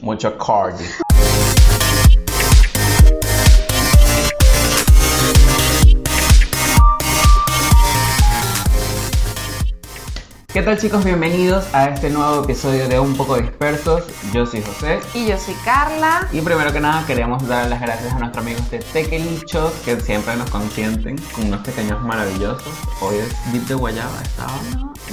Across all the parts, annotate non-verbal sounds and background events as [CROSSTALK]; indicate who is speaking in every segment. Speaker 1: Mucho Cardi. ¿Qué tal chicos? Bienvenidos a este nuevo episodio de Un poco Dispersos. Yo soy José.
Speaker 2: Y yo soy Carla.
Speaker 1: Y primero que nada queremos dar las gracias a nuestros amigos de Tequelichos que siempre nos consienten con unos pequeños maravillosos. Hoy es dip de guayaba, estaba.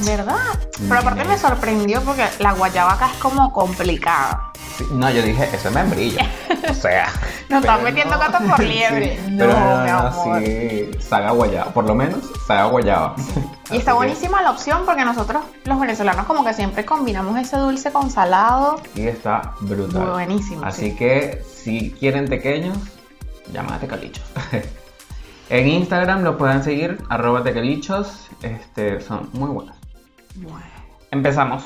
Speaker 2: ¿Verdad? Pero aparte me sorprendió porque la guayabaca es como complicada.
Speaker 1: Sí, No, yo dije, eso es
Speaker 2: [LAUGHS]
Speaker 1: membrillo. o sea. pero
Speaker 2: Nos están metiendo gato por liebre.
Speaker 1: Sí,
Speaker 2: No,
Speaker 1: pero no,
Speaker 2: mi
Speaker 1: no,
Speaker 2: amor.
Speaker 1: sí, saga guayaba. Por lo menos, saga guayaba. [LAUGHS]
Speaker 2: Y está
Speaker 1: Así que-
Speaker 2: buenísima la opción porque nosotros los venezolanos como que siempre combinamos ese dulce con salado.
Speaker 1: Y está brutal.
Speaker 2: Muy buenísimo,
Speaker 1: Así
Speaker 2: sí.
Speaker 1: que si quieren tequeños, llama a Tecalichos. [LAUGHS] en Instagram lo pueden seguir, arroba tecalichos. Este, son muy buenos.
Speaker 2: Bueno.
Speaker 1: Empezamos.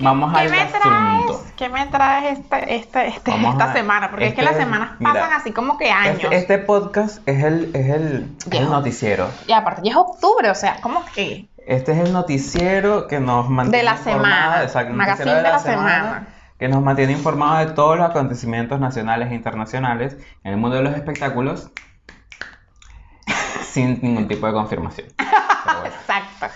Speaker 1: Vamos
Speaker 2: ¿Qué
Speaker 1: al
Speaker 2: me
Speaker 1: asunto.
Speaker 2: traes? ¿Qué me traes este, este, este-
Speaker 1: Vamos
Speaker 2: esta
Speaker 1: a-
Speaker 2: semana? Porque es que
Speaker 1: este-
Speaker 2: las semanas
Speaker 1: mira.
Speaker 2: pasan así como que años.
Speaker 1: Este, este podcast es el, es el, es el
Speaker 2: Ya.
Speaker 1: noticiero.
Speaker 2: Y aparte ya es octubre, o sea, como que
Speaker 1: Este es el noticiero que nos mantiene
Speaker 2: De la
Speaker 1: informada,
Speaker 2: semana.
Speaker 1: exacto, el
Speaker 2: Magazine
Speaker 1: noticiero
Speaker 2: de la semana.
Speaker 1: que nos mantiene informados de todos los acontecimientos nacionales e internacionales en el mundo de los
Speaker 2: [LAUGHS]
Speaker 1: espectáculos sin ningún tipo de confirmación. Pero bueno.
Speaker 2: exacto.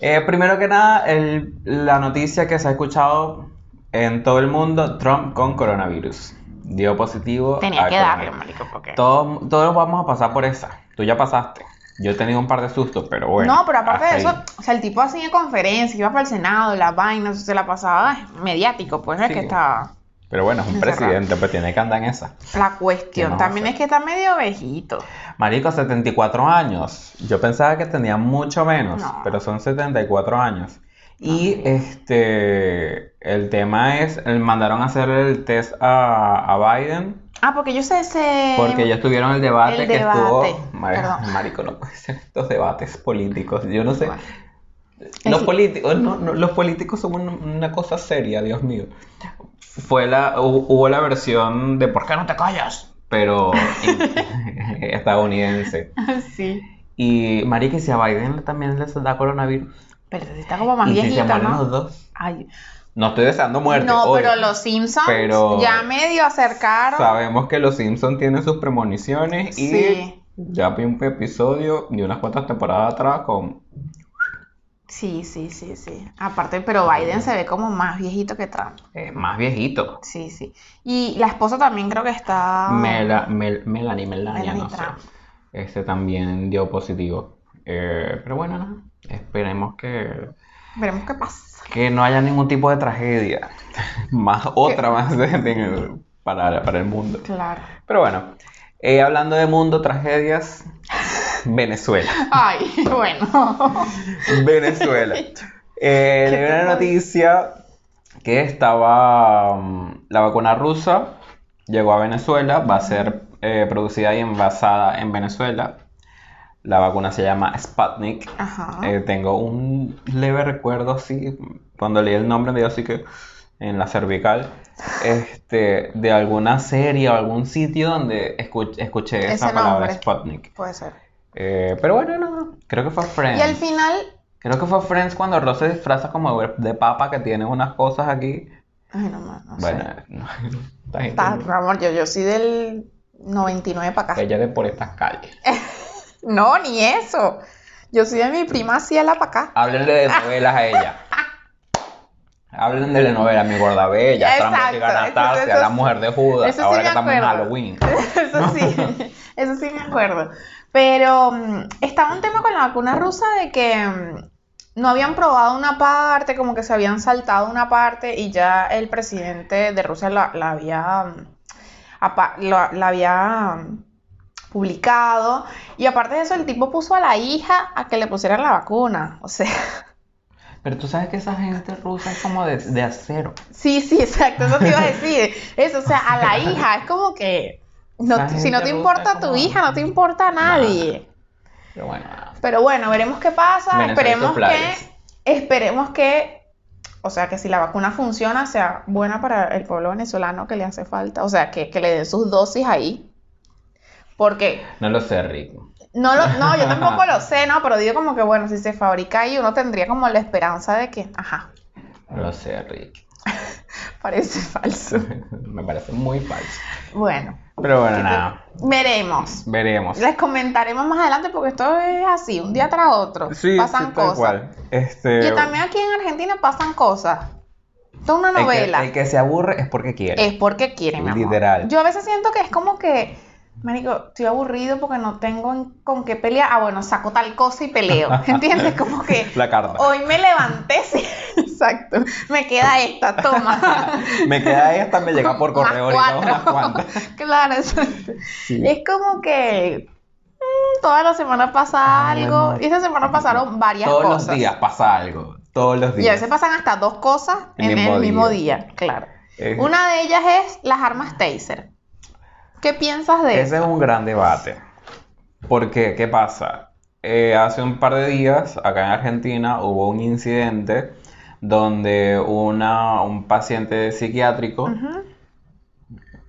Speaker 1: Eh, primero que nada, el- la noticia que se ha escuchado en todo el mundo, Trump con coronavirus. Dio positivo
Speaker 2: Tenía
Speaker 1: a
Speaker 2: que darle,
Speaker 1: coronavirus.
Speaker 2: marico, porque...
Speaker 1: Todos, todos vamos a pasar por esa. Tú ya pasaste. Yo he tenido un par de sustos, pero bueno.
Speaker 2: no, pero aparte de
Speaker 1: hasta
Speaker 2: eso,
Speaker 1: ahí.
Speaker 2: o sea, el tipo hacía conferencias, iba para el Senado, la vaina, se la pasaba ay, mediático, pues es
Speaker 1: Sí.
Speaker 2: que estaba.
Speaker 1: Pero bueno, es un
Speaker 2: Encerrado.
Speaker 1: presidente, pues tiene que andar en esa.
Speaker 2: La
Speaker 1: ¿Qué
Speaker 2: cuestión
Speaker 1: más va a
Speaker 2: también
Speaker 1: hacer?
Speaker 2: es que está medio viejito.
Speaker 1: Marico, 74 años. Yo pensaba que tenía mucho menos,
Speaker 2: No.
Speaker 1: pero son 74 años. Y este, el tema es, el- mandaron a hacer el test a, a Biden
Speaker 2: Ah, porque yo sé ese.
Speaker 1: porque ellos tuvieron el debate
Speaker 2: el
Speaker 1: que estuvo...
Speaker 2: debate,
Speaker 1: Mar-
Speaker 2: perdón.
Speaker 1: Marico, no puede ser estos debates políticos. Yo no sé.
Speaker 2: Bueno.
Speaker 1: Los
Speaker 2: Sí.
Speaker 1: políticos, oh, no, no, los políticos son un- una cosa seria, Dios mío. Fue la, hu- hubo la versión de ¿por qué no te callas?
Speaker 2: [LAUGHS]
Speaker 1: Pero en- [LAUGHS] estadounidense.
Speaker 2: [LAUGHS] sí.
Speaker 1: Y marica, y si a Biden también les da coronavirus,
Speaker 2: Pero sí está como más
Speaker 1: y si se
Speaker 2: viejito,
Speaker 1: mueren
Speaker 2: ¿no?
Speaker 1: los dos.
Speaker 2: Ay.
Speaker 1: No estoy deseando muerte,
Speaker 2: no,
Speaker 1: obvio.
Speaker 2: pero los Simpsons
Speaker 1: Pero-
Speaker 2: ya medio acercaron.
Speaker 1: Sabemos que los Simpsons tienen sus premoniciones y
Speaker 2: Sí.
Speaker 1: ya vi un episodio de unas cuantas temporadas atrás con...
Speaker 2: Sí, sí, sí, sí. Aparte, pero Biden se ve como más viejito que Trump.
Speaker 1: eh, más viejito.
Speaker 2: Sí, sí. Y la esposa también creo que está.
Speaker 1: Mela- Mel- Melanie, Melania,
Speaker 2: Ah. Melanie
Speaker 1: no sé.
Speaker 2: Trump.
Speaker 1: Este también dio positivo. Eh, pero bueno, nada, esperemos que,
Speaker 2: Veremos qué pasa.
Speaker 1: que no haya ningún tipo de tragedia. [LAUGHS] más otra más de- de- para, para el mundo.
Speaker 2: Claro.
Speaker 1: Pero bueno, eh, hablando de mundo, tragedias, [LAUGHS] Venezuela.
Speaker 2: Ay, bueno. [LAUGHS]
Speaker 1: Venezuela. Eh,
Speaker 2: ¿Qué
Speaker 1: leí
Speaker 2: te
Speaker 1: una
Speaker 2: pasa?
Speaker 1: noticia que estaba mm, la vacuna rusa, llegó a Venezuela, va a ser eh, producida y envasada en Venezuela. La vacuna se llama Sputnik.
Speaker 2: Ajá.
Speaker 1: Eh, tengo un leve recuerdo así, cuando leí el nombre me dio así que en la cervical, este, de alguna serie o algún sitio donde escu- escuché
Speaker 2: Ese
Speaker 1: esa palabra
Speaker 2: nombre.
Speaker 1: Sputnik.
Speaker 2: Puede ser.
Speaker 1: Eh, pero bueno, no, creo que fue
Speaker 2: Y al
Speaker 1: Friends.
Speaker 2: final.
Speaker 1: Creo que fue Friends cuando Ross se disfraza como de- de papa que tiene unas cosas aquí.
Speaker 2: Ay, no, no, no sé.
Speaker 1: Bueno, eh, no, [LAUGHS] esta gente
Speaker 2: Está- mi amor, yo, yo soy del 99 para acá.
Speaker 1: ella de por estas calles.
Speaker 2: No, ni eso. Yo soy de mi prima Ciela para acá.
Speaker 1: Háblenle de novelas a ella. Hablen de novelas, mi gordabella,
Speaker 2: Exacto,
Speaker 1: Tramótica
Speaker 2: eso-
Speaker 1: Anastasia,
Speaker 2: eso
Speaker 1: la
Speaker 2: sí.
Speaker 1: mujer de Judas,
Speaker 2: Eso sí
Speaker 1: ahora
Speaker 2: me
Speaker 1: que estamos en
Speaker 2: acuerdo.
Speaker 1: Halloween.
Speaker 2: [LAUGHS] Eso sí,
Speaker 1: [LAUGHS]
Speaker 2: eso sí me acuerdo. Pero mm, estaba un tema con la vacuna rusa de que mm, no habían probado una parte, como que se habían saltado una parte y ya el presidente de Rusia la, la había, mm, apa- la, la había mm, publicado. Y aparte de eso, el tipo puso a la hija a que le pusieran la vacuna. O sea, [LAUGHS]
Speaker 1: Pero tú sabes que esa gente rusa es como de, de acero.
Speaker 2: sí, sí, exacto, eso te iba a decir. Eso, o sea, a la hija, es como que... no-
Speaker 1: Esa
Speaker 2: si no
Speaker 1: gente rusa
Speaker 2: te
Speaker 1: es
Speaker 2: importa tu
Speaker 1: como-
Speaker 2: hija, no te importa a nadie.
Speaker 1: Pero bueno,
Speaker 2: Pero bueno, veremos qué pasa.
Speaker 1: Venezuela y
Speaker 2: esperemos
Speaker 1: sus playas.
Speaker 2: que, esperemos que, o sea, que si la vacuna funciona, sea buena para el pueblo venezolano que le hace falta. O sea, que, que le den sus dosis ahí. Porque
Speaker 1: no lo sé, Rico.
Speaker 2: no lo, no, yo tampoco lo sé, ¿no? Pero digo como que bueno, si se fabrica ahí, uno tendría como la esperanza de que, ajá.
Speaker 1: No lo sé, Rico.
Speaker 2: Parece [LAUGHS] falso.
Speaker 1: [LAUGHS] Me parece muy falso.
Speaker 2: Bueno,
Speaker 1: Pero bueno, nada,
Speaker 2: veremos.
Speaker 1: veremos.
Speaker 2: Les comentaremos más adelante porque esto es así, un día tras otro.
Speaker 1: Sí,
Speaker 2: pasan
Speaker 1: sí, tal
Speaker 2: cosas.
Speaker 1: cual. Este,
Speaker 2: Y también aquí en Argentina pasan cosas. Toda una
Speaker 1: el que-
Speaker 2: novela.
Speaker 1: El que, se aburre es porque quiere.
Speaker 2: Es porque quieren, mi amor.
Speaker 1: Literal.
Speaker 2: Yo a veces siento que es como que, marico, estoy aburrido porque no tengo en- con qué pelear. Ah, bueno, saco tal cosa
Speaker 1: [LAUGHS]
Speaker 2: y peleo. ¿Entiendes? Como que
Speaker 1: La carta.
Speaker 2: hoy me levanté, [LAUGHS] sí, exacto. Me queda esta, toma.
Speaker 1: [LAUGHS] [LAUGHS] Me queda esta, me
Speaker 2: [LAUGHS]
Speaker 1: llega por
Speaker 2: Más
Speaker 1: correo ahorita unas
Speaker 2: cuatro.
Speaker 1: cuantas.
Speaker 2: Claro, exacto.
Speaker 1: Sí.
Speaker 2: [LAUGHS] Es como que mm, toda la semana pasa
Speaker 1: Ay,
Speaker 2: algo.
Speaker 1: amor.
Speaker 2: Y esta semana pasaron varias
Speaker 1: Ah, Todos
Speaker 2: cosas.
Speaker 1: los días pasa algo. Todos los
Speaker 2: Y a
Speaker 1: días.
Speaker 2: veces pasan hasta dos cosas
Speaker 1: El
Speaker 2: en
Speaker 1: mismo
Speaker 2: el mismo
Speaker 1: día.
Speaker 2: día, claro.
Speaker 1: Es-
Speaker 2: Una de ellas es las armas taser. ¿Qué piensas de eso?
Speaker 1: Ese es un gran debate. Porque, ¿qué pasa? Eh, hace un par de días, acá en Argentina, hubo un incidente donde una, un paciente psiquiátrico,
Speaker 2: Ujú.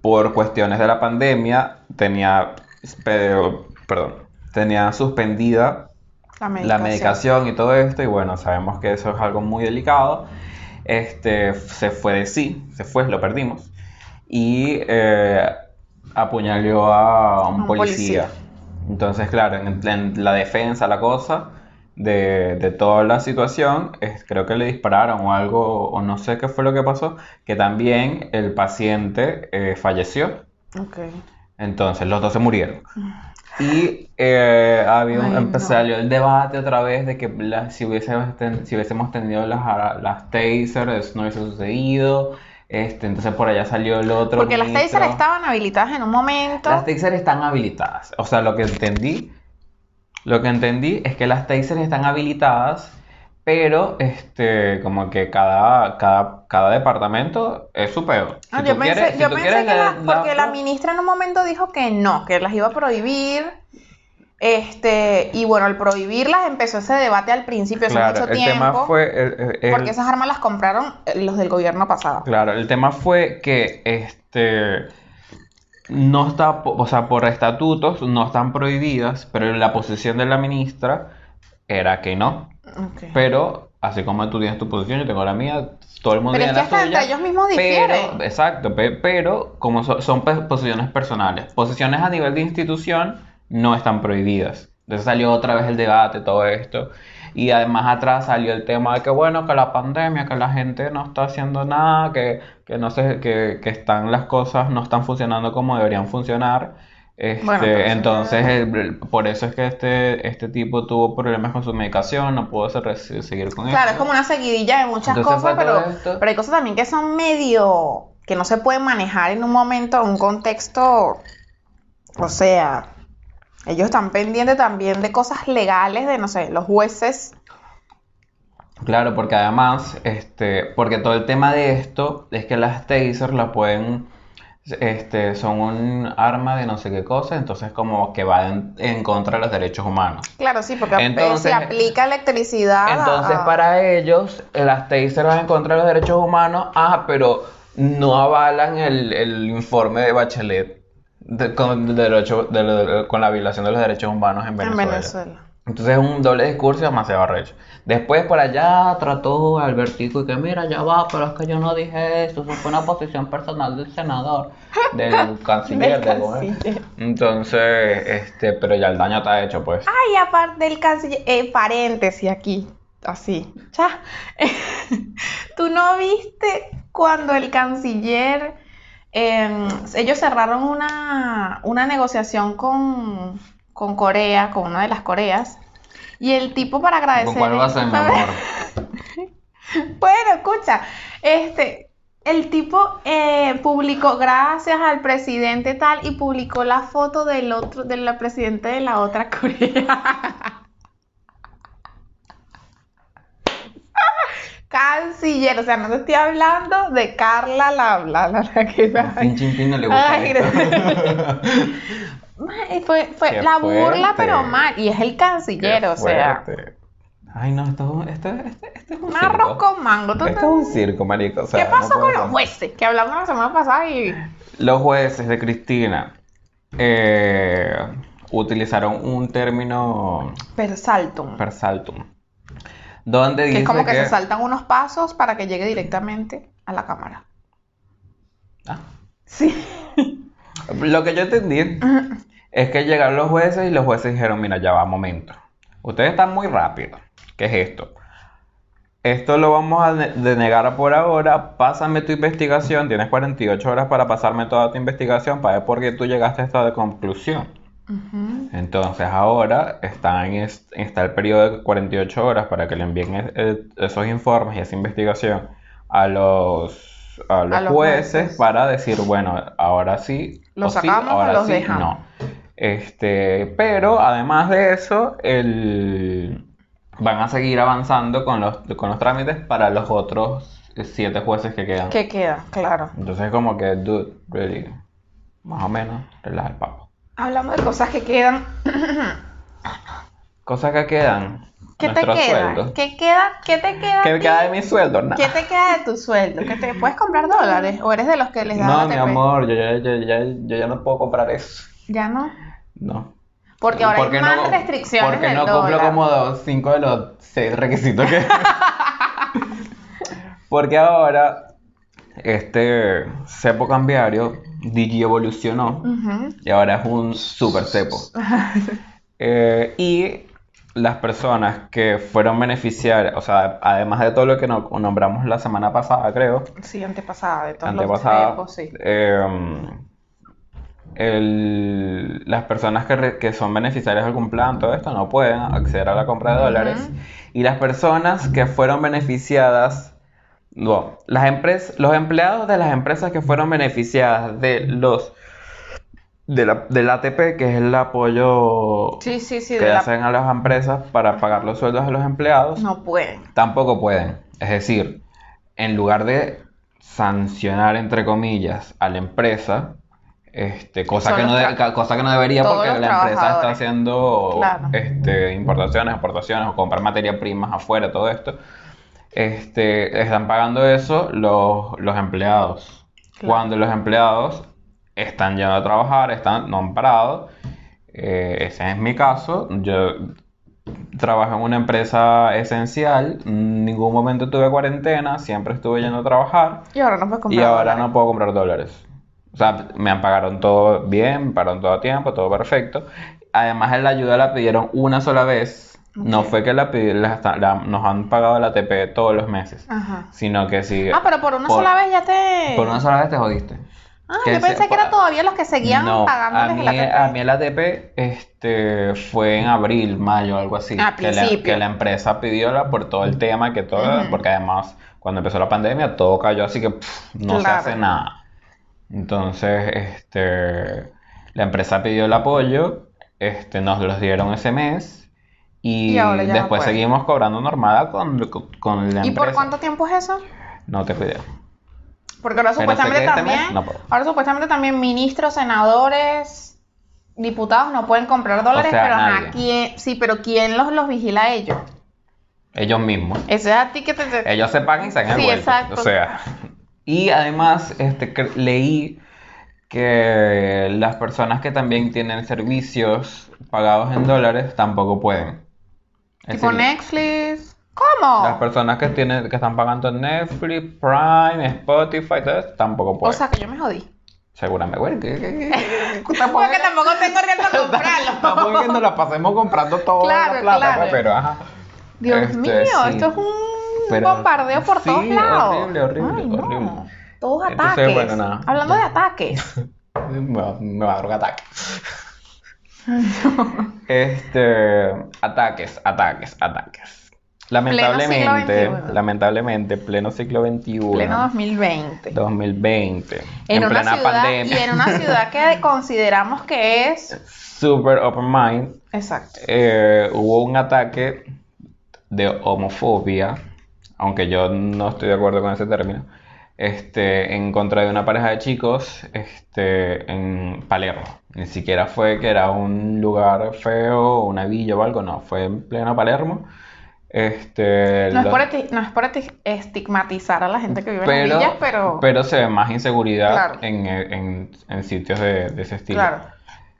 Speaker 1: por cuestiones de la pandemia, tenía, pe- perdón, tenía suspendida
Speaker 2: La
Speaker 1: la medicación y todo esto, y bueno, sabemos que eso es algo muy delicado. Este se fue de sí, se fue, lo perdimos. Y eh, apuñaló a un
Speaker 2: Un
Speaker 1: policía.
Speaker 2: policía.
Speaker 1: Entonces, claro, en, en la defensa, la cosa de, de toda la situación, es- creo que le dispararon o algo, o no sé qué fue lo que pasó, que también el paciente eh, falleció.
Speaker 2: Ok.
Speaker 1: Entonces, los dos se murieron. Y eh, había un-
Speaker 2: Mm. Ay,
Speaker 1: empe-
Speaker 2: no.
Speaker 1: salió el debate otra vez de que la- si hubiésemos, ten- si hubiésemos tenido las, ara- las taser, eso no hubiese sucedido. Este, entonces, por allá salió el otro
Speaker 2: Porque las taser
Speaker 1: ministro.
Speaker 2: estaban habilitadas en un momento.
Speaker 1: Las taser están habilitadas. O sea, lo que entendí, lo que entendí es que las taser están habilitadas, pero este, como que cada, cada, cada departamento es su peor.
Speaker 2: Ah, yo pensé, yo pensé que la- porque la
Speaker 1: mini
Speaker 2: ministra en un momento dijo que no, que las iba a prohibir. Este, y bueno, al prohibirlas empezó ese debate al principio hace mucho
Speaker 1: el
Speaker 2: tiempo.
Speaker 1: tema fue el- el- el-
Speaker 2: Porque esas armas las compraron eh, los del gobierno pasado.
Speaker 1: claro, el tema fue que este no está, po- o sea, por estatutos no están prohibidas, pero la posición de la ministra era que no.
Speaker 2: Ok.
Speaker 1: Pero así como tú tienes tu posición, yo tengo la mía, todo el mundo
Speaker 2: Pero
Speaker 1: tiene
Speaker 2: es que
Speaker 1: la suya.
Speaker 2: hasta entre ellos mismos
Speaker 1: pero-
Speaker 2: difieren.
Speaker 1: exacto, pe- pero como so- son pe- posiciones personales, posiciones a nivel de institución no están prohibidas. Entonces salió otra vez el debate, todo esto. Y además atrás salió el tema de que bueno, que la pandemia, que la gente no está haciendo nada, que, que no sé, que, que están las cosas, no están funcionando como deberían funcionar. Este,
Speaker 2: Bueno, pero eso ya-
Speaker 1: entonces el- el- por eso es que este, este tipo tuvo problemas con su medicación, no pudo se- re- seguir con
Speaker 2: Claro, es
Speaker 1: esto.
Speaker 2: como una seguidilla de muchas
Speaker 1: Entonces
Speaker 2: cosas,
Speaker 1: fue todo esto.
Speaker 2: pero, pero hay cosas también que son medio que no se pueden manejar en un momento, en un contexto. O sea, ellos están pendientes también de cosas legales, de no sé, los jueces.
Speaker 1: Claro, porque además, este, porque todo el tema de esto es que las tasers la pueden, este, son un arma de no sé qué cosa, entonces como que va en, en contra de los derechos humanos.
Speaker 2: Claro, sí, porque eh,
Speaker 1: Entonces-
Speaker 2: se aplica electricidad. a-
Speaker 1: Entonces,
Speaker 2: a-
Speaker 1: para ellos, las tasers van en contra de los derechos humanos, ah, pero no avalan el, el informe de Bachelet de- con, de derecho- de lo- con la violación de los derechos humanos en
Speaker 2: en
Speaker 1: Venezuela.
Speaker 2: Venezuela.
Speaker 1: Entonces es un doble discurso demasiado arrecho. Después por allá trató Albertico y que mira, ya va, pero es que yo no dije eso, eso fue una posición personal del
Speaker 2: [LAUGHS]
Speaker 1: senador, del canciller,
Speaker 2: Del
Speaker 1: del gobierno.
Speaker 2: canciller.
Speaker 1: Entonces, este, pero ya el daño está hecho, pues.
Speaker 2: Ay, aparte del canciller, eh, paréntesis aquí, así. Ya. [LAUGHS] ¿Tú no viste cuando el canciller, eh, ellos cerraron una, una negociación con, con Corea, con una de las Coreas, y el tipo para agradecer...
Speaker 1: ¿Con cuál vas a mi amor?
Speaker 2: Bueno, escucha, este, el tipo eh, publicó, gracias al presidente tal, y publicó la foto del otro, de la presidenta de la otra Corea. [LAUGHS] Canciller, o sea, no te estoy hablando de Carla la la, la, la que
Speaker 1: Sin chintín no le gusta
Speaker 2: Ay,
Speaker 1: esto.
Speaker 2: [LAUGHS] Ay, fue, fue
Speaker 1: Qué
Speaker 2: la burla,
Speaker 1: fuerte.
Speaker 2: pero mal, y es el
Speaker 1: [LAUGHS]
Speaker 2: canciller,
Speaker 1: Qué
Speaker 2: o sea,
Speaker 1: fuerte. Ay, no, esto, es un- esto, esto- esto es un
Speaker 2: un
Speaker 1: circo.
Speaker 2: arroz con mango, ¿tú
Speaker 1: Esto es
Speaker 2: te-
Speaker 1: un circo, marico. o sea,
Speaker 2: ¿Qué
Speaker 1: no
Speaker 2: pasó
Speaker 1: puede
Speaker 2: con los
Speaker 1: ser. Eh.
Speaker 2: jueces? Que hablamos la semana pasada y.
Speaker 1: Los jueces de Cristina eh, utilizaron un término
Speaker 2: Pero saltum.
Speaker 1: per saltum, donde
Speaker 2: que
Speaker 1: dice
Speaker 2: es como que,
Speaker 1: que
Speaker 2: se saltan unos pasos para que llegue directamente a la cámara.
Speaker 1: Ah.
Speaker 2: Sí.
Speaker 1: Lo que yo entendí es que llegaron los jueces y los jueces dijeron, mira, ya va, momento. Ustedes están muy rápidos. ¿Qué es esto? Esto lo vamos a de- denegar por ahora. Pásame tu investigación. Tienes 48 horas para pasarme toda tu investigación para ver por qué tú llegaste a esta conclusión.
Speaker 2: Ujú.
Speaker 1: Entonces ahora está, en es- está el periodo de 48 horas para que le envíen es- eh, esos informes y esa investigación a los, a los
Speaker 2: los
Speaker 1: jueces
Speaker 2: jueces.
Speaker 1: para decir, bueno, ahora sí,
Speaker 2: ¿Los
Speaker 1: o sí,
Speaker 2: sacamos o
Speaker 1: ahora
Speaker 2: los
Speaker 1: sí,
Speaker 2: dejamos?
Speaker 1: no. Este, pero además de eso, el, van a seguir avanzando con los, con los trámites para los otros siete jueces que quedan.
Speaker 2: ¿Qué queda? Claro.
Speaker 1: Entonces como que, dude, really, más o menos, relaja el papo.
Speaker 2: Hablamos de cosas que quedan.
Speaker 1: Cosas que quedan.
Speaker 2: ¿Qué te
Speaker 1: Nuestros
Speaker 2: queda?
Speaker 1: sueldos.
Speaker 2: ¿Qué queda? ¿Qué te queda? a
Speaker 1: ¿Qué
Speaker 2: ti?
Speaker 1: queda de mi sueldo? Nada.
Speaker 2: ¿Qué te queda de tu sueldo? ¿Que te puedes comprar dólares? ¿O eres de los que les dan
Speaker 1: No,
Speaker 2: ATP?
Speaker 1: mi amor, yo ya, yo ya- yo ya no puedo comprar eso.
Speaker 2: Ya no.
Speaker 1: No.
Speaker 2: Porque ahora hay más
Speaker 1: no,
Speaker 2: restricciones
Speaker 1: Porque
Speaker 2: del
Speaker 1: no cumplo
Speaker 2: dólar.
Speaker 1: como dos- cinco de los seis requisitos
Speaker 2: [LAUGHS]
Speaker 1: que. porque ahora este cepo cambiario digi evolucionó
Speaker 2: Ujú.
Speaker 1: y ahora es un super cepo. Eh, y las personas que fueron beneficiarias, o sea, además de todo lo que no- nombramos la semana pasada, creo,
Speaker 2: Sí, antepasada, de todos
Speaker 1: antepasada,
Speaker 2: los tiempos, sí.
Speaker 1: eh, el- las personas que, re- que son beneficiarias de algún plan, todo esto, no pueden acceder a la compra de dólares.
Speaker 2: Ujú.
Speaker 1: Y las personas que fueron beneficiadas, no, las empresas, los empleados de las empresas que fueron beneficiadas de los de la, del ATP, que es el apoyo
Speaker 2: Sí, sí, sí,
Speaker 1: que
Speaker 2: de la-
Speaker 1: hacen a las empresas para pagar los sueldos de los empleados,
Speaker 2: no pueden.
Speaker 1: Tampoco pueden. Es decir, en lugar de sancionar, entre comillas, a la empresa, este, cosa,
Speaker 2: Son
Speaker 1: que no,
Speaker 2: los
Speaker 1: de-
Speaker 2: tra-
Speaker 1: ca- cosa que no debería
Speaker 2: todos
Speaker 1: porque
Speaker 2: los
Speaker 1: la empresa está
Speaker 2: trabajadores.
Speaker 1: haciendo
Speaker 2: Claro.
Speaker 1: este, importaciones, exportaciones o comprar materias primas afuera, todo esto. Este, están pagando eso los, los empleados.
Speaker 2: Claro.
Speaker 1: Cuando los empleados están yendo a trabajar, están nombrados, eh, ese es mi caso, yo Trabajo en una empresa esencial, en ningún momento tuve cuarentena, siempre estuve yendo a trabajar
Speaker 2: Y ahora no puedes
Speaker 1: y
Speaker 2: comprar
Speaker 1: ahora
Speaker 2: dólares.
Speaker 1: no puedo comprar dólares. O sea, me pagaron todo bien, me pagaron todo a tiempo, todo perfecto. Además, la ayuda la pidieron una sola vez. No
Speaker 2: Ok.
Speaker 1: fue que la, pidi- la- la- nos han pagado la ATP todos los meses,
Speaker 2: Ajá.
Speaker 1: sino que si
Speaker 2: Ah, pero por una
Speaker 1: por-
Speaker 2: sola vez ya te...
Speaker 1: por una sola vez te jodiste.
Speaker 2: Ah,
Speaker 1: que
Speaker 2: yo
Speaker 1: se-
Speaker 2: pensé que eran todavía los que seguían
Speaker 1: No, a
Speaker 2: pagándoles
Speaker 1: mí, e-
Speaker 2: el ATP.
Speaker 1: a mí el ATP este, fue en abril, mayo, algo así.
Speaker 2: Ah,
Speaker 1: que, la,
Speaker 2: principio.
Speaker 1: que la empresa pidió la- por todo el tema, que todo,
Speaker 2: Ujú.
Speaker 1: porque además cuando empezó la pandemia todo cayó, así que pff, no se
Speaker 2: Claro.
Speaker 1: hace nada. Entonces, este, la empresa pidió el apoyo, este, nos los dieron ese mes y,
Speaker 2: Y ahora ya no
Speaker 1: después
Speaker 2: pueden.
Speaker 1: seguimos cobrando normal con, con, con la
Speaker 2: ¿Y por
Speaker 1: empresa.
Speaker 2: cuánto tiempo es eso?
Speaker 1: No te cuidé.
Speaker 2: Porque ahora
Speaker 1: Pero
Speaker 2: supuestamente
Speaker 1: sé que este mes
Speaker 2: también,
Speaker 1: no puedo.
Speaker 2: ahora supuestamente también ministros, senadores, diputados no pueden comprar dólares,
Speaker 1: sea,
Speaker 2: pero ajá,
Speaker 1: nadie.
Speaker 2: ¿quién- sí, pero ¿quién los, los vigila a ellos?
Speaker 1: Ellos mismos.
Speaker 2: Ese es a ti que te... te-
Speaker 1: Ellos se pagan y se hagan el
Speaker 2: Sí,
Speaker 1: vuelto.
Speaker 2: exacto.
Speaker 1: O sea. Y además, este, cre- leí que las personas que también tienen servicios pagados en dólares tampoco pueden. Es
Speaker 2: tipo
Speaker 1: decir,
Speaker 2: Netflix. ¿Cómo?
Speaker 1: las personas que tienen, que están pagando Netflix, Prime, Spotify, todo eso, tampoco
Speaker 2: o
Speaker 1: pueden.
Speaker 2: sea, que yo me jodí.
Speaker 1: Seguramente, güey, que- que-
Speaker 2: [LAUGHS]
Speaker 1: que- que- tampoco
Speaker 2: Porque tampoco tengo riesgo
Speaker 1: [LAUGHS]
Speaker 2: de
Speaker 1: tampoco es que
Speaker 2: comprarlo.
Speaker 1: nos la pasemos comprando toda la
Speaker 2: Claro,
Speaker 1: plata,
Speaker 2: claro.
Speaker 1: pues, pero ajá.
Speaker 2: Dios
Speaker 1: Este,
Speaker 2: mío,
Speaker 1: sí.
Speaker 2: esto es un
Speaker 1: Pero-
Speaker 2: bombardeo por
Speaker 1: sí,
Speaker 2: todos lados.
Speaker 1: horrible, horrible,
Speaker 2: Ay, no.
Speaker 1: horrible.
Speaker 2: Todos
Speaker 1: Entonces,
Speaker 2: ataques.
Speaker 1: bueno, nada.
Speaker 2: Hablando de
Speaker 1: [LAUGHS]
Speaker 2: ataques.
Speaker 1: Me va, me va a dar un
Speaker 2: [LAUGHS]
Speaker 1: ataque. Este, ataques, ataques, ataques. Lamentablemente,
Speaker 2: XXI.
Speaker 1: lamentablemente, pleno siglo XXI,
Speaker 2: Pleno 2020.
Speaker 1: 2020,
Speaker 2: en, una
Speaker 1: plena
Speaker 2: ciudad,
Speaker 1: pandemia,
Speaker 2: Y en una ciudad
Speaker 1: [LAUGHS]
Speaker 2: que consideramos que es.
Speaker 1: super open mind,
Speaker 2: Exacto.
Speaker 1: eh, hubo un ataque de homofobia, aunque yo no estoy de acuerdo con ese término, este, en contra de una pareja de chicos, este, en Palermo. Ni siquiera fue que era un lugar feo, una villa o algo, no, fue en pleno Palermo. Este,
Speaker 2: No es,
Speaker 1: los-
Speaker 2: por eti- no es por eti- estigmatizar a la gente que vive en las
Speaker 1: pero,
Speaker 2: villas, pero.
Speaker 1: pero se ve más inseguridad
Speaker 2: Claro.
Speaker 1: en, en- en sitios de, de ese estilo.
Speaker 2: claro.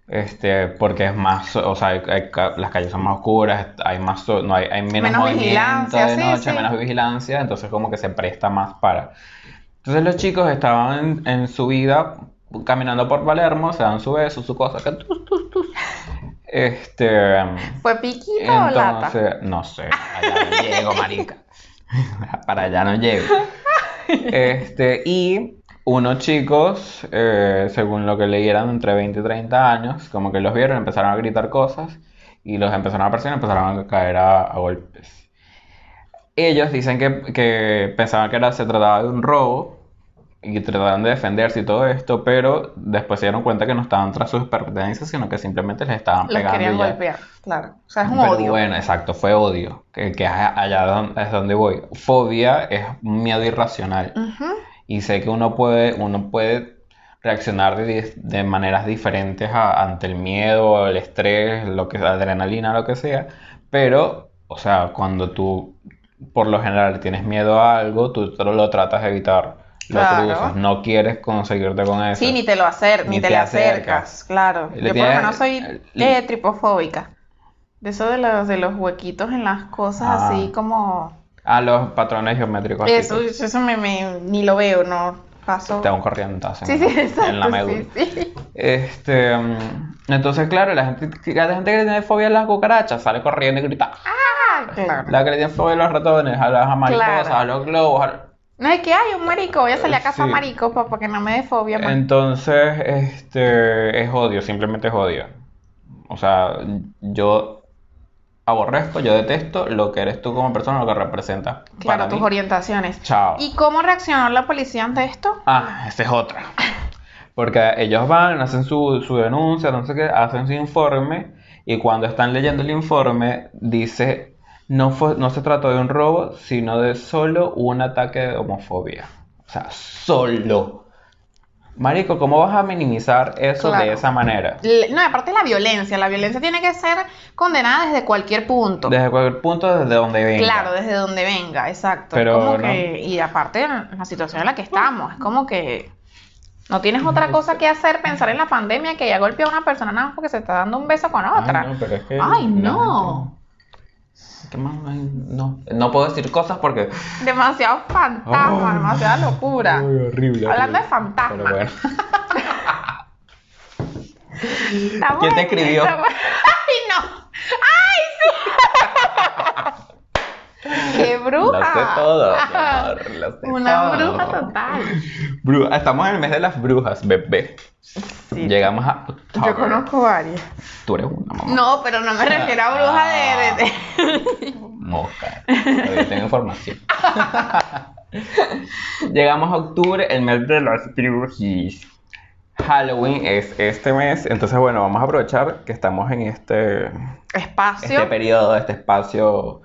Speaker 1: Este, porque es más, o sea, hay- hay ca- las calles son más oscuras, hay más, so- no hay, hay menos
Speaker 2: Menos
Speaker 1: movimiento
Speaker 2: vigilancia,
Speaker 1: de
Speaker 2: sí,
Speaker 1: noche,
Speaker 2: sí.
Speaker 1: menos vigilancia, entonces como que se presta más para. Entonces los chicos estaban en, en su vida caminando por Palermo, se dan su beso, su cosa, que tu, tu, tu. Este,
Speaker 2: ¿Fue piquito o lata?
Speaker 1: entonces, no sé, allá no llego, marica. [LAUGHS] Para allá no
Speaker 2: [LAUGHS]
Speaker 1: llego. Este, y unos chicos, eh, según lo que leyeran, entre 20 y 30 años, como que los vieron, empezaron a gritar cosas y los empezaron a presionar, empezaron a caer a, a golpes. Ellos dicen que, que pensaban que era, se trataba de un robo y trataban de defenderse y todo esto, pero después se dieron cuenta que no estaban tras sus pertenencias, sino que simplemente les estaban
Speaker 2: Los
Speaker 1: pegando.
Speaker 2: querían
Speaker 1: y ya.
Speaker 2: golpear, claro. O sea, es un
Speaker 1: Pero
Speaker 2: odio.
Speaker 1: bueno, exacto, fue odio, que, que es allá don- es donde voy. Fobia es un miedo irracional
Speaker 2: Ujú.
Speaker 1: y sé que uno puede, uno puede reaccionar de, dis- de maneras diferentes a- ante el miedo, el estrés, lo que, la adrenalina, lo que sea, pero, o sea, cuando tú por lo general tienes miedo a algo, tú solo lo tratas de evitar, lo
Speaker 2: Claro.
Speaker 1: cruzas, no quieres conseguirte con eso.
Speaker 2: Sí, ni te lo acer ni, te, le acercas, claro.
Speaker 1: Le
Speaker 2: Yo por
Speaker 1: tienes-
Speaker 2: lo menos soy
Speaker 1: le-
Speaker 2: eh, tripofóbica. De eso de los, de los huequitos en las cosas
Speaker 1: Ah.
Speaker 2: así como...
Speaker 1: A los patrones geométricos así,
Speaker 2: Eso, eso me, me- ni lo veo, no paso.
Speaker 1: te da un corrientazo
Speaker 2: [LAUGHS] Sí,
Speaker 1: en
Speaker 2: sí,
Speaker 1: la-
Speaker 2: [LAUGHS] exacto,
Speaker 1: en la
Speaker 2: sí,
Speaker 1: médula.
Speaker 2: sí.
Speaker 1: Este, mm, entonces, claro, la gente, la gente que tiene fobia a las cucarachas sale corriendo y grita. "¡Ah!".
Speaker 2: Ah, claro.
Speaker 1: La que le tiene fobia a los ratones, a las mariposas,
Speaker 2: Claro.
Speaker 1: a los globos. a-
Speaker 2: No es que hay un marico, voy a salir a casa
Speaker 1: Sí.
Speaker 2: marico para, que no me dé fobia. pues. más.
Speaker 1: Entonces, este, es odio, simplemente es odio. O sea, yo aborrezco, yo detesto lo que eres tú como persona, lo que representas
Speaker 2: Claro,
Speaker 1: para
Speaker 2: tus
Speaker 1: mí.
Speaker 2: orientaciones.
Speaker 1: Chao.
Speaker 2: ¿Y cómo reaccionó la policía ante esto?
Speaker 1: Ah, esa es otra. Porque ellos van, hacen su, su denuncia, no sé qué, hacen su informe y cuando están leyendo el informe dice, no fue, no se trató de un robo, sino de solo un ataque de homofobia. O sea, solo. Marico, ¿cómo vas a minimizar eso de
Speaker 2: Claro.
Speaker 1: esa manera?
Speaker 2: Le- No, aparte la violencia. La violencia tiene que ser condenada desde cualquier punto.
Speaker 1: Desde cualquier punto, desde donde venga.
Speaker 2: Claro, desde donde venga, exacto.
Speaker 1: Pero
Speaker 2: como
Speaker 1: no.
Speaker 2: que, y aparte en la situación en la que estamos, es como que no tienes otra cosa que hacer, pensar en la pandemia que ya golpea a una persona nada más porque se está dando un beso con
Speaker 1: Ay,
Speaker 2: otra.
Speaker 1: no, pero es que
Speaker 2: Ay,
Speaker 1: la
Speaker 2: no.
Speaker 1: gente- ¿Qué más? Ay, no. No puedo decir cosas porque...
Speaker 2: Demasiado fantasma,
Speaker 1: Ay.
Speaker 2: demasiada locura.
Speaker 1: Ay, horrible,
Speaker 2: Hablando
Speaker 1: horrible.
Speaker 2: de fantasma.
Speaker 1: Pero bueno.
Speaker 2: Estamos
Speaker 1: ¿Quién te
Speaker 2: en-
Speaker 1: escribió?
Speaker 2: estamos- [LAUGHS] ¡Ay, no!
Speaker 1: [LAUGHS]
Speaker 2: ¡Ay, sí! ¡Qué [LAUGHS] bruja!
Speaker 1: Lo sé todo, mi
Speaker 2: [LAUGHS]
Speaker 1: amor, lo sé
Speaker 2: Una
Speaker 1: todo.
Speaker 2: bruja total.
Speaker 1: Bru- estamos en el mes de las brujas, bebé.
Speaker 2: Sí.
Speaker 1: Llegamos a octubre.
Speaker 2: Yo conozco varias.
Speaker 1: Tú eres una mamá.
Speaker 2: No, pero no me refiero a bruja de- de- de...
Speaker 1: Mosca. Todavía tengo información. [LAUGHS] Llegamos a octubre, el mes de las brujas. Halloween es este mes, entonces bueno, vamos a aprovechar que estamos en este,
Speaker 2: espacio.
Speaker 1: este periodo, este espacio,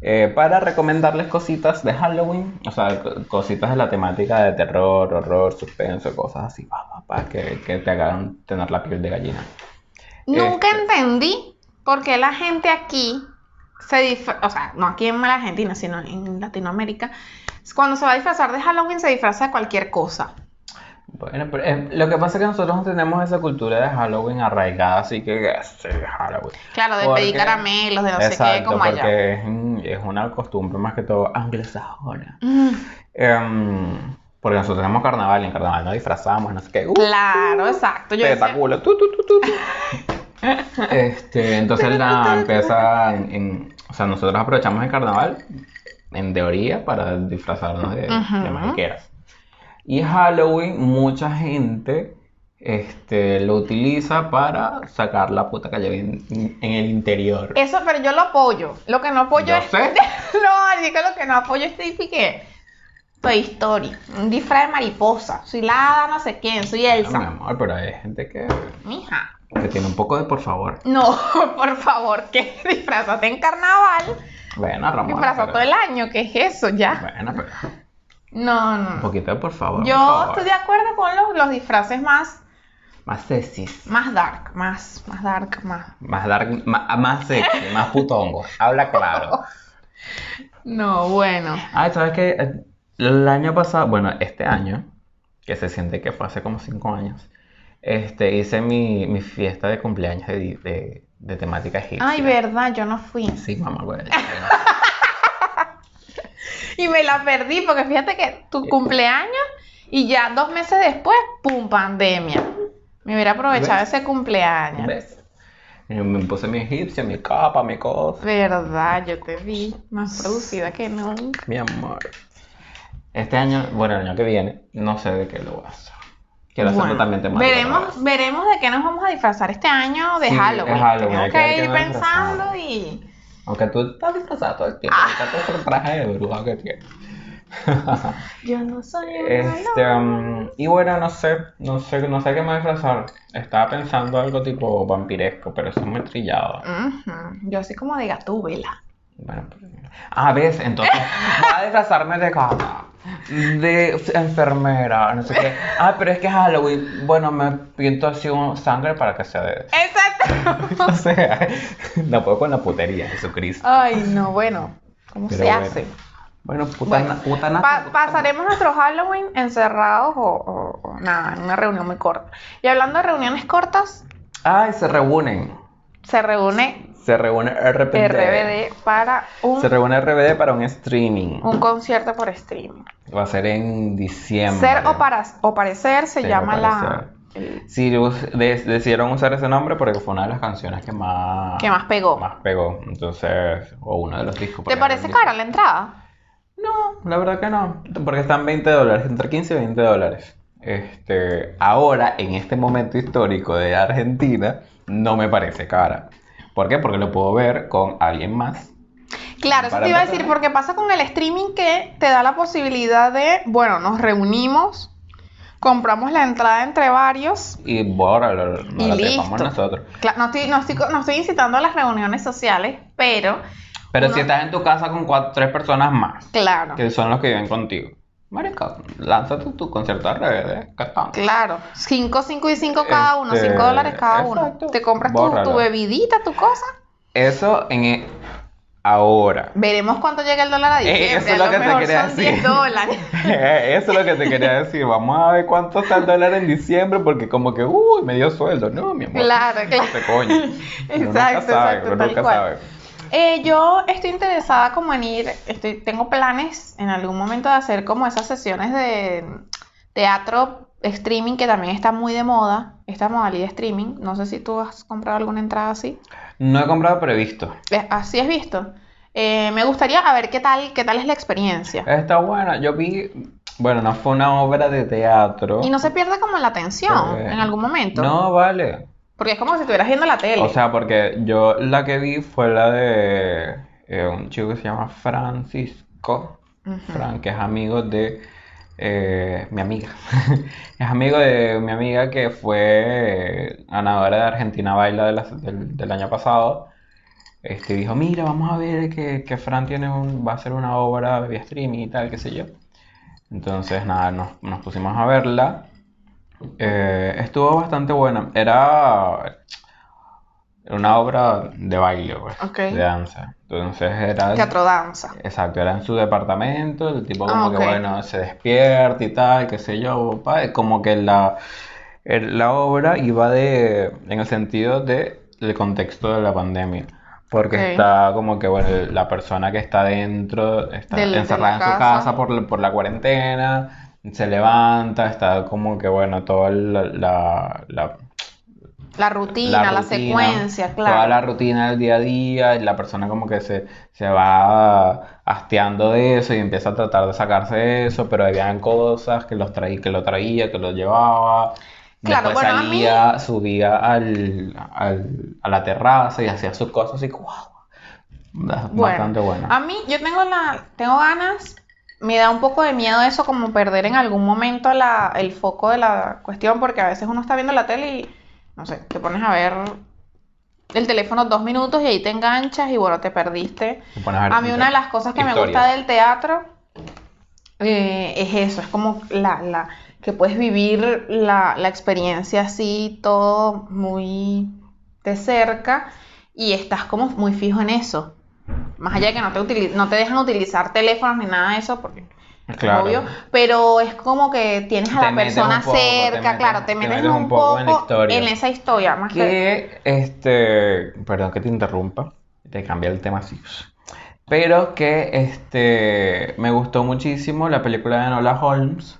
Speaker 1: eh, para recomendarles cositas de Halloween, o sea, co- cositas de la temática de terror, horror, suspenso, cosas así, para que, que te hagan tener la piel de gallina.
Speaker 2: Nunca
Speaker 1: este-
Speaker 2: entendí por qué la gente aquí se disfra- o sea, no aquí en Argentina, sino en Latinoamérica, cuando se va a disfrazar de Halloween se disfraza de cualquier cosa.
Speaker 1: Bueno, pero eh, lo que pasa es que nosotros no tenemos esa cultura de Halloween arraigada, así que eh, sí, Halloween.
Speaker 2: Claro, de
Speaker 1: Porque-
Speaker 2: pedir caramelos, de no sé qué,
Speaker 1: Exacto,
Speaker 2: como allá.
Speaker 1: porque es, mm, es una costumbre más que todo anglosajona.
Speaker 2: Mm,
Speaker 1: Em, porque nosotros tenemos carnaval, y en carnaval nos disfrazamos, no sé qué. ¡uh!
Speaker 2: Claro, exacto. Yo
Speaker 1: Teta,
Speaker 2: decía,
Speaker 1: culo, tu, tu, tu, tu,
Speaker 2: [LAUGHS]
Speaker 1: tu. Este, entonces nada, empieza en, en- o sea, nosotros aprovechamos el carnaval en teoría para disfrazarnos de, de
Speaker 2: Ujú.
Speaker 1: mariqueras. Y Halloween, mucha gente este, lo utiliza para sacar la puta que lleva en, en el interior.
Speaker 2: Eso, pero yo lo apoyo. Lo que no apoyo
Speaker 1: Yo
Speaker 2: es.
Speaker 1: sé.
Speaker 2: [LAUGHS] no, digo lo que no apoyo es tipo que. Toy Story. Un disfraz de mariposa. Soy la no sé quién, soy
Speaker 1: No, mi
Speaker 2: Elsa.
Speaker 1: amor, pero hay gente que,
Speaker 2: Mija.
Speaker 1: que tiene un poco de por favor.
Speaker 2: No, [LAUGHS] por favor, que disfrazate en carnaval.
Speaker 1: Bueno, Ramón, pero-
Speaker 2: Disfrazate todo el año, ¿qué es eso ya?
Speaker 1: Bueno, pero
Speaker 2: No,
Speaker 1: un
Speaker 2: no.
Speaker 1: poquito de por favor. por
Speaker 2: Yo
Speaker 1: favor.
Speaker 2: estoy de acuerdo con los, los disfraces más,
Speaker 1: Más sexys.
Speaker 2: más dark, más, más dark, más.
Speaker 1: Más dark, más, más sexy, más putongo. Habla [LAUGHS] claro.
Speaker 2: No, bueno.
Speaker 1: Ah, ¿sabes qué? Eh, El año pasado, bueno, este año, que se siente que fue hace como cinco años, este, hice mi, mi fiesta de cumpleaños de, de, de temática egipcia.
Speaker 2: Ay, verdad, yo no fui.
Speaker 1: Sí, mamá, güey. Este
Speaker 2: Y me la perdí, porque fíjate que tu cumpleaños Y ya dos meses después, ¡pum! Pandemia. Me hubiera aprovechado
Speaker 1: ¿Ves?
Speaker 2: ese cumpleaños.
Speaker 1: ¿Ves? Yo me puse mi egipcia, mi capa, mi cosa.
Speaker 2: Verdad, yo te vi más producida que nunca.
Speaker 1: Mi amor. Este año, bueno, el año que viene, no sé de qué lo voy a hacer. Quiero hacer
Speaker 2: Bueno,
Speaker 1: totalmente mal.
Speaker 2: veremos, veremos de qué nos vamos a disfrazar este año de
Speaker 1: Sí, de
Speaker 2: Halloween.
Speaker 1: Halloween, hay
Speaker 2: Tenemos
Speaker 1: que ver
Speaker 2: que
Speaker 1: qué
Speaker 2: ir
Speaker 1: nos disfrazamos.
Speaker 2: pensando y
Speaker 1: Aunque tú estás disfrazado todo el tiempo,
Speaker 2: Ah.
Speaker 1: ahorita tú eres el traje de bruja que
Speaker 2: [LAUGHS]
Speaker 1: tienes. [LAUGHS]
Speaker 2: yo no soy una
Speaker 1: Este,
Speaker 2: loca.
Speaker 1: mm, y bueno, no sé, no sé, no sé qué me disfrazar. Estaba pensando algo tipo vampiresco, pero eso es muy trillado.
Speaker 2: Ujú, Yo soy como de Gatúbela.
Speaker 1: Bueno, pues, ah, ves,
Speaker 2: [LAUGHS]
Speaker 1: entonces voy a disfrazarme de gata, de enfermera, no sé qué. Ah, pero es que es Halloween. Bueno, me pinto así un sangre para que sea de... [LAUGHS]
Speaker 2: Exacto. [LAUGHS]
Speaker 1: O sea, [LAUGHS] no puedo con la putería, Jesucristo.
Speaker 2: Ay, Ah, no, bueno. ¿Cómo
Speaker 1: Pero
Speaker 2: se
Speaker 1: bueno.
Speaker 2: hace?
Speaker 1: Bueno, puta,
Speaker 2: Bueno,
Speaker 1: na- puta nata,
Speaker 2: Pa-
Speaker 1: puta
Speaker 2: pasaremos nuestro Halloween encerrados o, o- o nada, en una reunión muy corta. Y hablando de reuniones cortas,
Speaker 1: nata. Ay, se reúnen.
Speaker 2: se reúne
Speaker 1: Se reúne RPD.
Speaker 2: RBD para
Speaker 1: Se
Speaker 2: un,
Speaker 1: reúne RBD para un streaming.
Speaker 2: un concierto por streaming.
Speaker 1: Va a ser en diciembre.
Speaker 2: Ser o, para, o parecer se
Speaker 1: Ser o
Speaker 2: llama la
Speaker 1: parecer.
Speaker 2: el
Speaker 1: Sí, us- de- decidieron usar ese nombre porque fue una de las canciones que más,
Speaker 2: que más pegó.
Speaker 1: más pegó. Entonces, o uno de los discos.
Speaker 2: ¿Te
Speaker 1: porque
Speaker 2: parece
Speaker 1: era un
Speaker 2: cara la entrada?
Speaker 1: disco. No, la verdad que no. Porque están 20 dólares, entre 15 y 20 dólares. Este, ahora, en este momento histórico de Argentina, no me parece cara. ¿Por qué? Porque lo puedo ver con alguien más.
Speaker 2: Claro, eso
Speaker 1: Para
Speaker 2: te iba a
Speaker 1: empezar.
Speaker 2: decir porque pasa con el streaming que te da la posibilidad de, bueno, nos reunimos, compramos la entrada entre varios.
Speaker 1: Y bueno, lo- lo- nos
Speaker 2: Y
Speaker 1: la trepamos
Speaker 2: listo.
Speaker 1: nosotros.
Speaker 2: Cla- No estoy, no, estoy, no estoy incitando a las reuniones sociales, pero
Speaker 1: Pero
Speaker 2: No.
Speaker 1: si estás en tu casa con cuatro, tres personas más,
Speaker 2: claro,
Speaker 1: que son los que viven contigo. Marica, lánzate tu concierto al revés, ¿eh? ¿Qué tanto?
Speaker 2: claro. 5, 5 y 5 cada uno,
Speaker 1: Este,
Speaker 2: 5 dólares cada uno.
Speaker 1: exacto.
Speaker 2: Te compras tu,
Speaker 1: Bórralo.
Speaker 2: tu bebidita, tu cosa.
Speaker 1: Eso en e- ahora. [LAUGHS]
Speaker 2: Veremos cuánto llega el dólar a
Speaker 1: Eh,
Speaker 2: diciembre.
Speaker 1: eso es
Speaker 2: a
Speaker 1: lo que te
Speaker 2: mejor
Speaker 1: quería
Speaker 2: son
Speaker 1: decir. [LAUGHS]
Speaker 2: 10 dólares.
Speaker 1: Eso es lo que te quería decir. Vamos a ver cuánto está el dólar en diciembre, porque como que, uy, me dio sueldo. No, mi amor.
Speaker 2: Claro, claro.
Speaker 1: Este
Speaker 2: [LAUGHS]
Speaker 1: coño. Uno nunca
Speaker 2: Exacto,
Speaker 1: sabe,
Speaker 2: exacto,
Speaker 1: uno
Speaker 2: tal
Speaker 1: nunca
Speaker 2: cual.
Speaker 1: sabe.
Speaker 2: Eh, yo estoy interesada como en ir, estoy, tengo planes en algún momento de hacer como esas sesiones de teatro streaming que también está muy de moda, esta modalidad de streaming. No sé si tú has comprado alguna entrada así.
Speaker 1: No he comprado previsto.
Speaker 2: Eh, Así es visto. Eh, me gustaría a ver qué tal, qué tal es la experiencia.
Speaker 1: Está bueno. Yo vi, bueno, no fue una obra de teatro.
Speaker 2: Y no se pierde como la atención
Speaker 1: Eh,
Speaker 2: en algún momento.
Speaker 1: No, vale.
Speaker 2: Porque es como si estuvieras viendo la tele.
Speaker 1: O sea, porque yo la que vi fue la de eh, un chico que se llama Francisco.
Speaker 2: Ujú.
Speaker 1: Fran, que es amigo de eh, mi amiga. [LAUGHS] Es amigo de mi amiga que fue eh, ganadora de Argentina Baila de la- del, del año pasado. Este dijo, mira, vamos a ver que, que Fran tiene un, va a hacer una obra vía streaming y tal, qué sé yo. Entonces, nada, nos, nos pusimos a verla. Eh, estuvo bastante buena. Era una obra de baile, pues,
Speaker 2: Ok.
Speaker 1: de danza. Entonces era
Speaker 2: Teatro danza.
Speaker 1: Exacto, era en su departamento, el tipo
Speaker 2: Ah,
Speaker 1: como que
Speaker 2: ok.
Speaker 1: bueno, se despierta y tal, qué sé yo, pa, y como que la, el- la obra iba de, en el sentido de, del contexto de la pandemia, porque
Speaker 2: Ok.
Speaker 1: está como que bueno, la persona que está dentro, está
Speaker 2: Del- de la
Speaker 1: encerrada en su
Speaker 2: casa.
Speaker 1: casa por, la- por la cuarentena, se levanta, está como que bueno, toda la, la- la-
Speaker 2: La rutina, la
Speaker 1: rutina,
Speaker 2: secuencia,
Speaker 1: Toda la
Speaker 2: claro.
Speaker 1: rutina del día a día, y la persona como que se, se va hasteando de eso y empieza a tratar de sacarse de eso, pero habían cosas que los traí, que lo traía, que lo llevaba.
Speaker 2: Claro,
Speaker 1: Después
Speaker 2: bueno, a mí-
Speaker 1: salía, subía al, al- a la terraza y hacía sus cosas así, wow. Bastante bueno.
Speaker 2: A mí, yo tengo la, tengo ganas, me da un poco de miedo eso, como perder en algún momento la, el foco de la cuestión, porque a veces uno está viendo la tele y, no sé, te pones a ver el teléfono dos minutos y ahí te enganchas y bueno, te perdiste.
Speaker 1: Te pones a ver
Speaker 2: A mí una de las cosas que me gusta
Speaker 1: historias.
Speaker 2: del teatro eh, es eso, es como la, la- que puedes vivir la, la experiencia así, todo muy de cerca y estás como muy fijo en eso. Más allá de que no te, utili- no te dejan utilizar teléfonos ni nada de eso, porque
Speaker 1: Claro.
Speaker 2: obvio, pero es como que tienes a
Speaker 1: Te
Speaker 2: la
Speaker 1: metes
Speaker 2: persona
Speaker 1: un poco, te
Speaker 2: cerca,
Speaker 1: metes-
Speaker 2: claro, te
Speaker 1: te
Speaker 2: metes,
Speaker 1: metes
Speaker 2: un, poco en,
Speaker 1: la historia.
Speaker 2: esa historia, más que...
Speaker 1: Que, este, perdón que te interrumpa, te cambié el tema así. Pero que, este, me gustó muchísimo la película de Nola Holmes,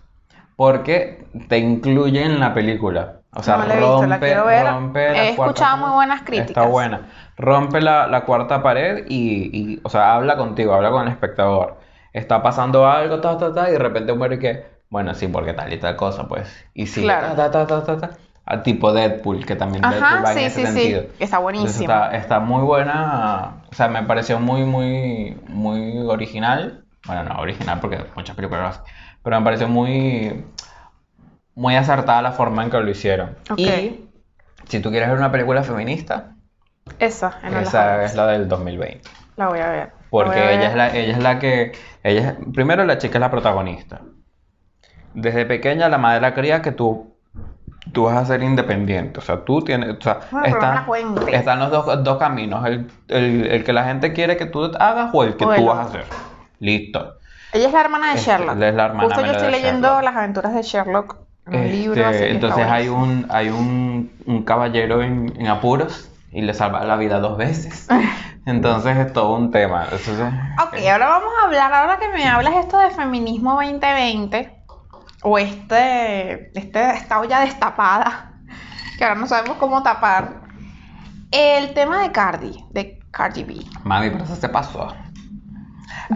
Speaker 1: porque te incluye en la película. O sea,
Speaker 2: No la he visto, la
Speaker 1: rompe,
Speaker 2: quiero ver.
Speaker 1: rompe la
Speaker 2: He
Speaker 1: cuarta
Speaker 2: escuchado muy
Speaker 1: pared.
Speaker 2: buenas
Speaker 1: Está
Speaker 2: críticas.
Speaker 1: buena. Rompe la, la cuarta pared y, y, o sea, habla contigo, habla con el espectador. Está pasando algo, ta, ta, ta, y de repente muere que, bueno, sí, porque tal y tal cosa, pues. Y sí,
Speaker 2: Claro.
Speaker 1: ta, ta, ta, ta, ta, ta. Ah, tipo Deadpool, que también Deadpool
Speaker 2: Ajá,
Speaker 1: va en
Speaker 2: sí,
Speaker 1: ese
Speaker 2: sí,
Speaker 1: sentido.
Speaker 2: sí. Está
Speaker 1: Entonces
Speaker 2: buenísimo.
Speaker 1: está, está muy buena, o sea, me pareció muy, muy, muy original. Bueno, no original porque muchas películas lo hacen, pero me pareció muy, muy acertada la forma en que lo hicieron.
Speaker 2: Ok.
Speaker 1: Y si tú quieres ver una película feminista,
Speaker 2: Esa, en el
Speaker 1: esa es la del 2020.
Speaker 2: La voy a ver. la voy a
Speaker 1: Porque ella es
Speaker 2: ver.
Speaker 1: la, ella es la que, ella es- primero la chica es la protagonista. Desde pequeña la madre la cría que tú, tú vas a ser independiente. O sea, tú tienes, o sea,
Speaker 2: Bueno, pero no la cuentes.
Speaker 1: están, están los dos, dos caminos. El, el- el que la gente quiere que tú hagas o el que
Speaker 2: O el
Speaker 1: tú vas a
Speaker 2: otro.
Speaker 1: hacer. Listo.
Speaker 2: Ella es la hermana de
Speaker 1: Este,
Speaker 2: Sherlock.
Speaker 1: es la hermana
Speaker 2: Justo yo
Speaker 1: menor
Speaker 2: estoy
Speaker 1: de
Speaker 2: leyendo
Speaker 1: Sherlock.
Speaker 2: Las aventuras de Sherlock, un libro,
Speaker 1: Este,
Speaker 2: así que está
Speaker 1: entonces hay
Speaker 2: buenísimo.
Speaker 1: un, hay un, un caballero en, en apuros y le salva la vida dos
Speaker 2: [LAUGHS]
Speaker 1: veces. Entonces es todo un tema. Entonces,
Speaker 2: Ok, ahora vamos a hablar, ahora que me hablas esto de feminismo 2020, o este, este, esta olla destapada, [LAUGHS] que ahora no sabemos cómo tapar, el tema de Cardi, de Cardi B.
Speaker 1: Mami, pero eso se pasó.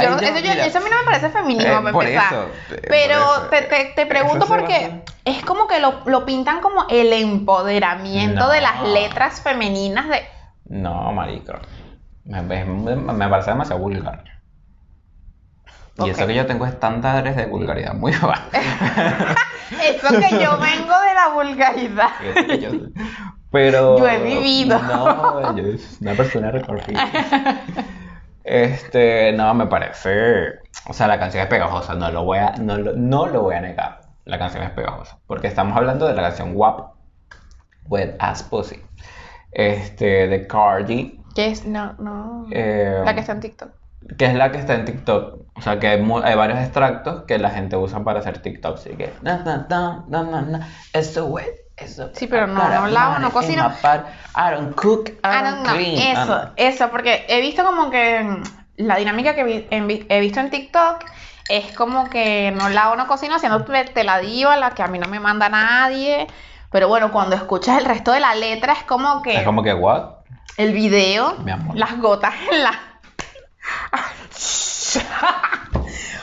Speaker 2: Yo no-
Speaker 1: Ay, yo,
Speaker 2: eso, yo-
Speaker 1: mira.
Speaker 2: eso a mí no me parece feminismo,
Speaker 1: Eh,
Speaker 2: para
Speaker 1: por
Speaker 2: empezar.
Speaker 1: eso, eh,
Speaker 2: Pero
Speaker 1: por eso,
Speaker 2: te, te- te
Speaker 1: eh,
Speaker 2: pregunto
Speaker 1: eso se
Speaker 2: porque
Speaker 1: basa-
Speaker 2: es como que lo, lo pintan como el empoderamiento de las
Speaker 1: No.
Speaker 2: letras femeninas de...
Speaker 1: No, marico. Me, me- me parece demasiado vulgar. Y
Speaker 2: Ok.
Speaker 1: eso que yo tengo estándares de vulgaridad muy [LAUGHS] baja.
Speaker 2: Eso que yo vengo de la vulgaridad.
Speaker 1: Eh. Pero.
Speaker 2: Yo he vivido.
Speaker 1: No, yo soy una persona recorrida. Este, no, me parece. O sea, la canción es pegajosa, no lo voy a, no lo, no lo voy a negar. La canción es pegajosa. Porque estamos hablando de la canción WAP. Wet Ass Pussy. Este, de Cardi.
Speaker 2: Que es, no, no.
Speaker 1: eh,
Speaker 2: La que está en TikTok.
Speaker 1: que es la que está en TikTok. O sea, que hay, mu- hay varios extractos que la gente usa para hacer TikTok. Así que, na, na, na, na, na, na, it's so wet, it's so
Speaker 2: Sí, pero no,
Speaker 1: I got a
Speaker 2: no lavo,
Speaker 1: man
Speaker 2: no
Speaker 1: in
Speaker 2: cocino.
Speaker 1: my pot, I don't cook, I
Speaker 2: Ah,
Speaker 1: don't
Speaker 2: no, no,
Speaker 1: clean. I
Speaker 2: eso,
Speaker 1: don't-
Speaker 2: eso, porque he visto como que mm, la dinámica que vi- en vi- he visto en TikTok es como que no lavo, no cocino, haciendo te la diva, la que a mí no me manda nadie. Pero bueno, cuando escuchas el resto de la letra es como que
Speaker 1: Es como que, what?
Speaker 2: el video,
Speaker 1: Mi amor.
Speaker 2: las gotas en la... [LAUGHS]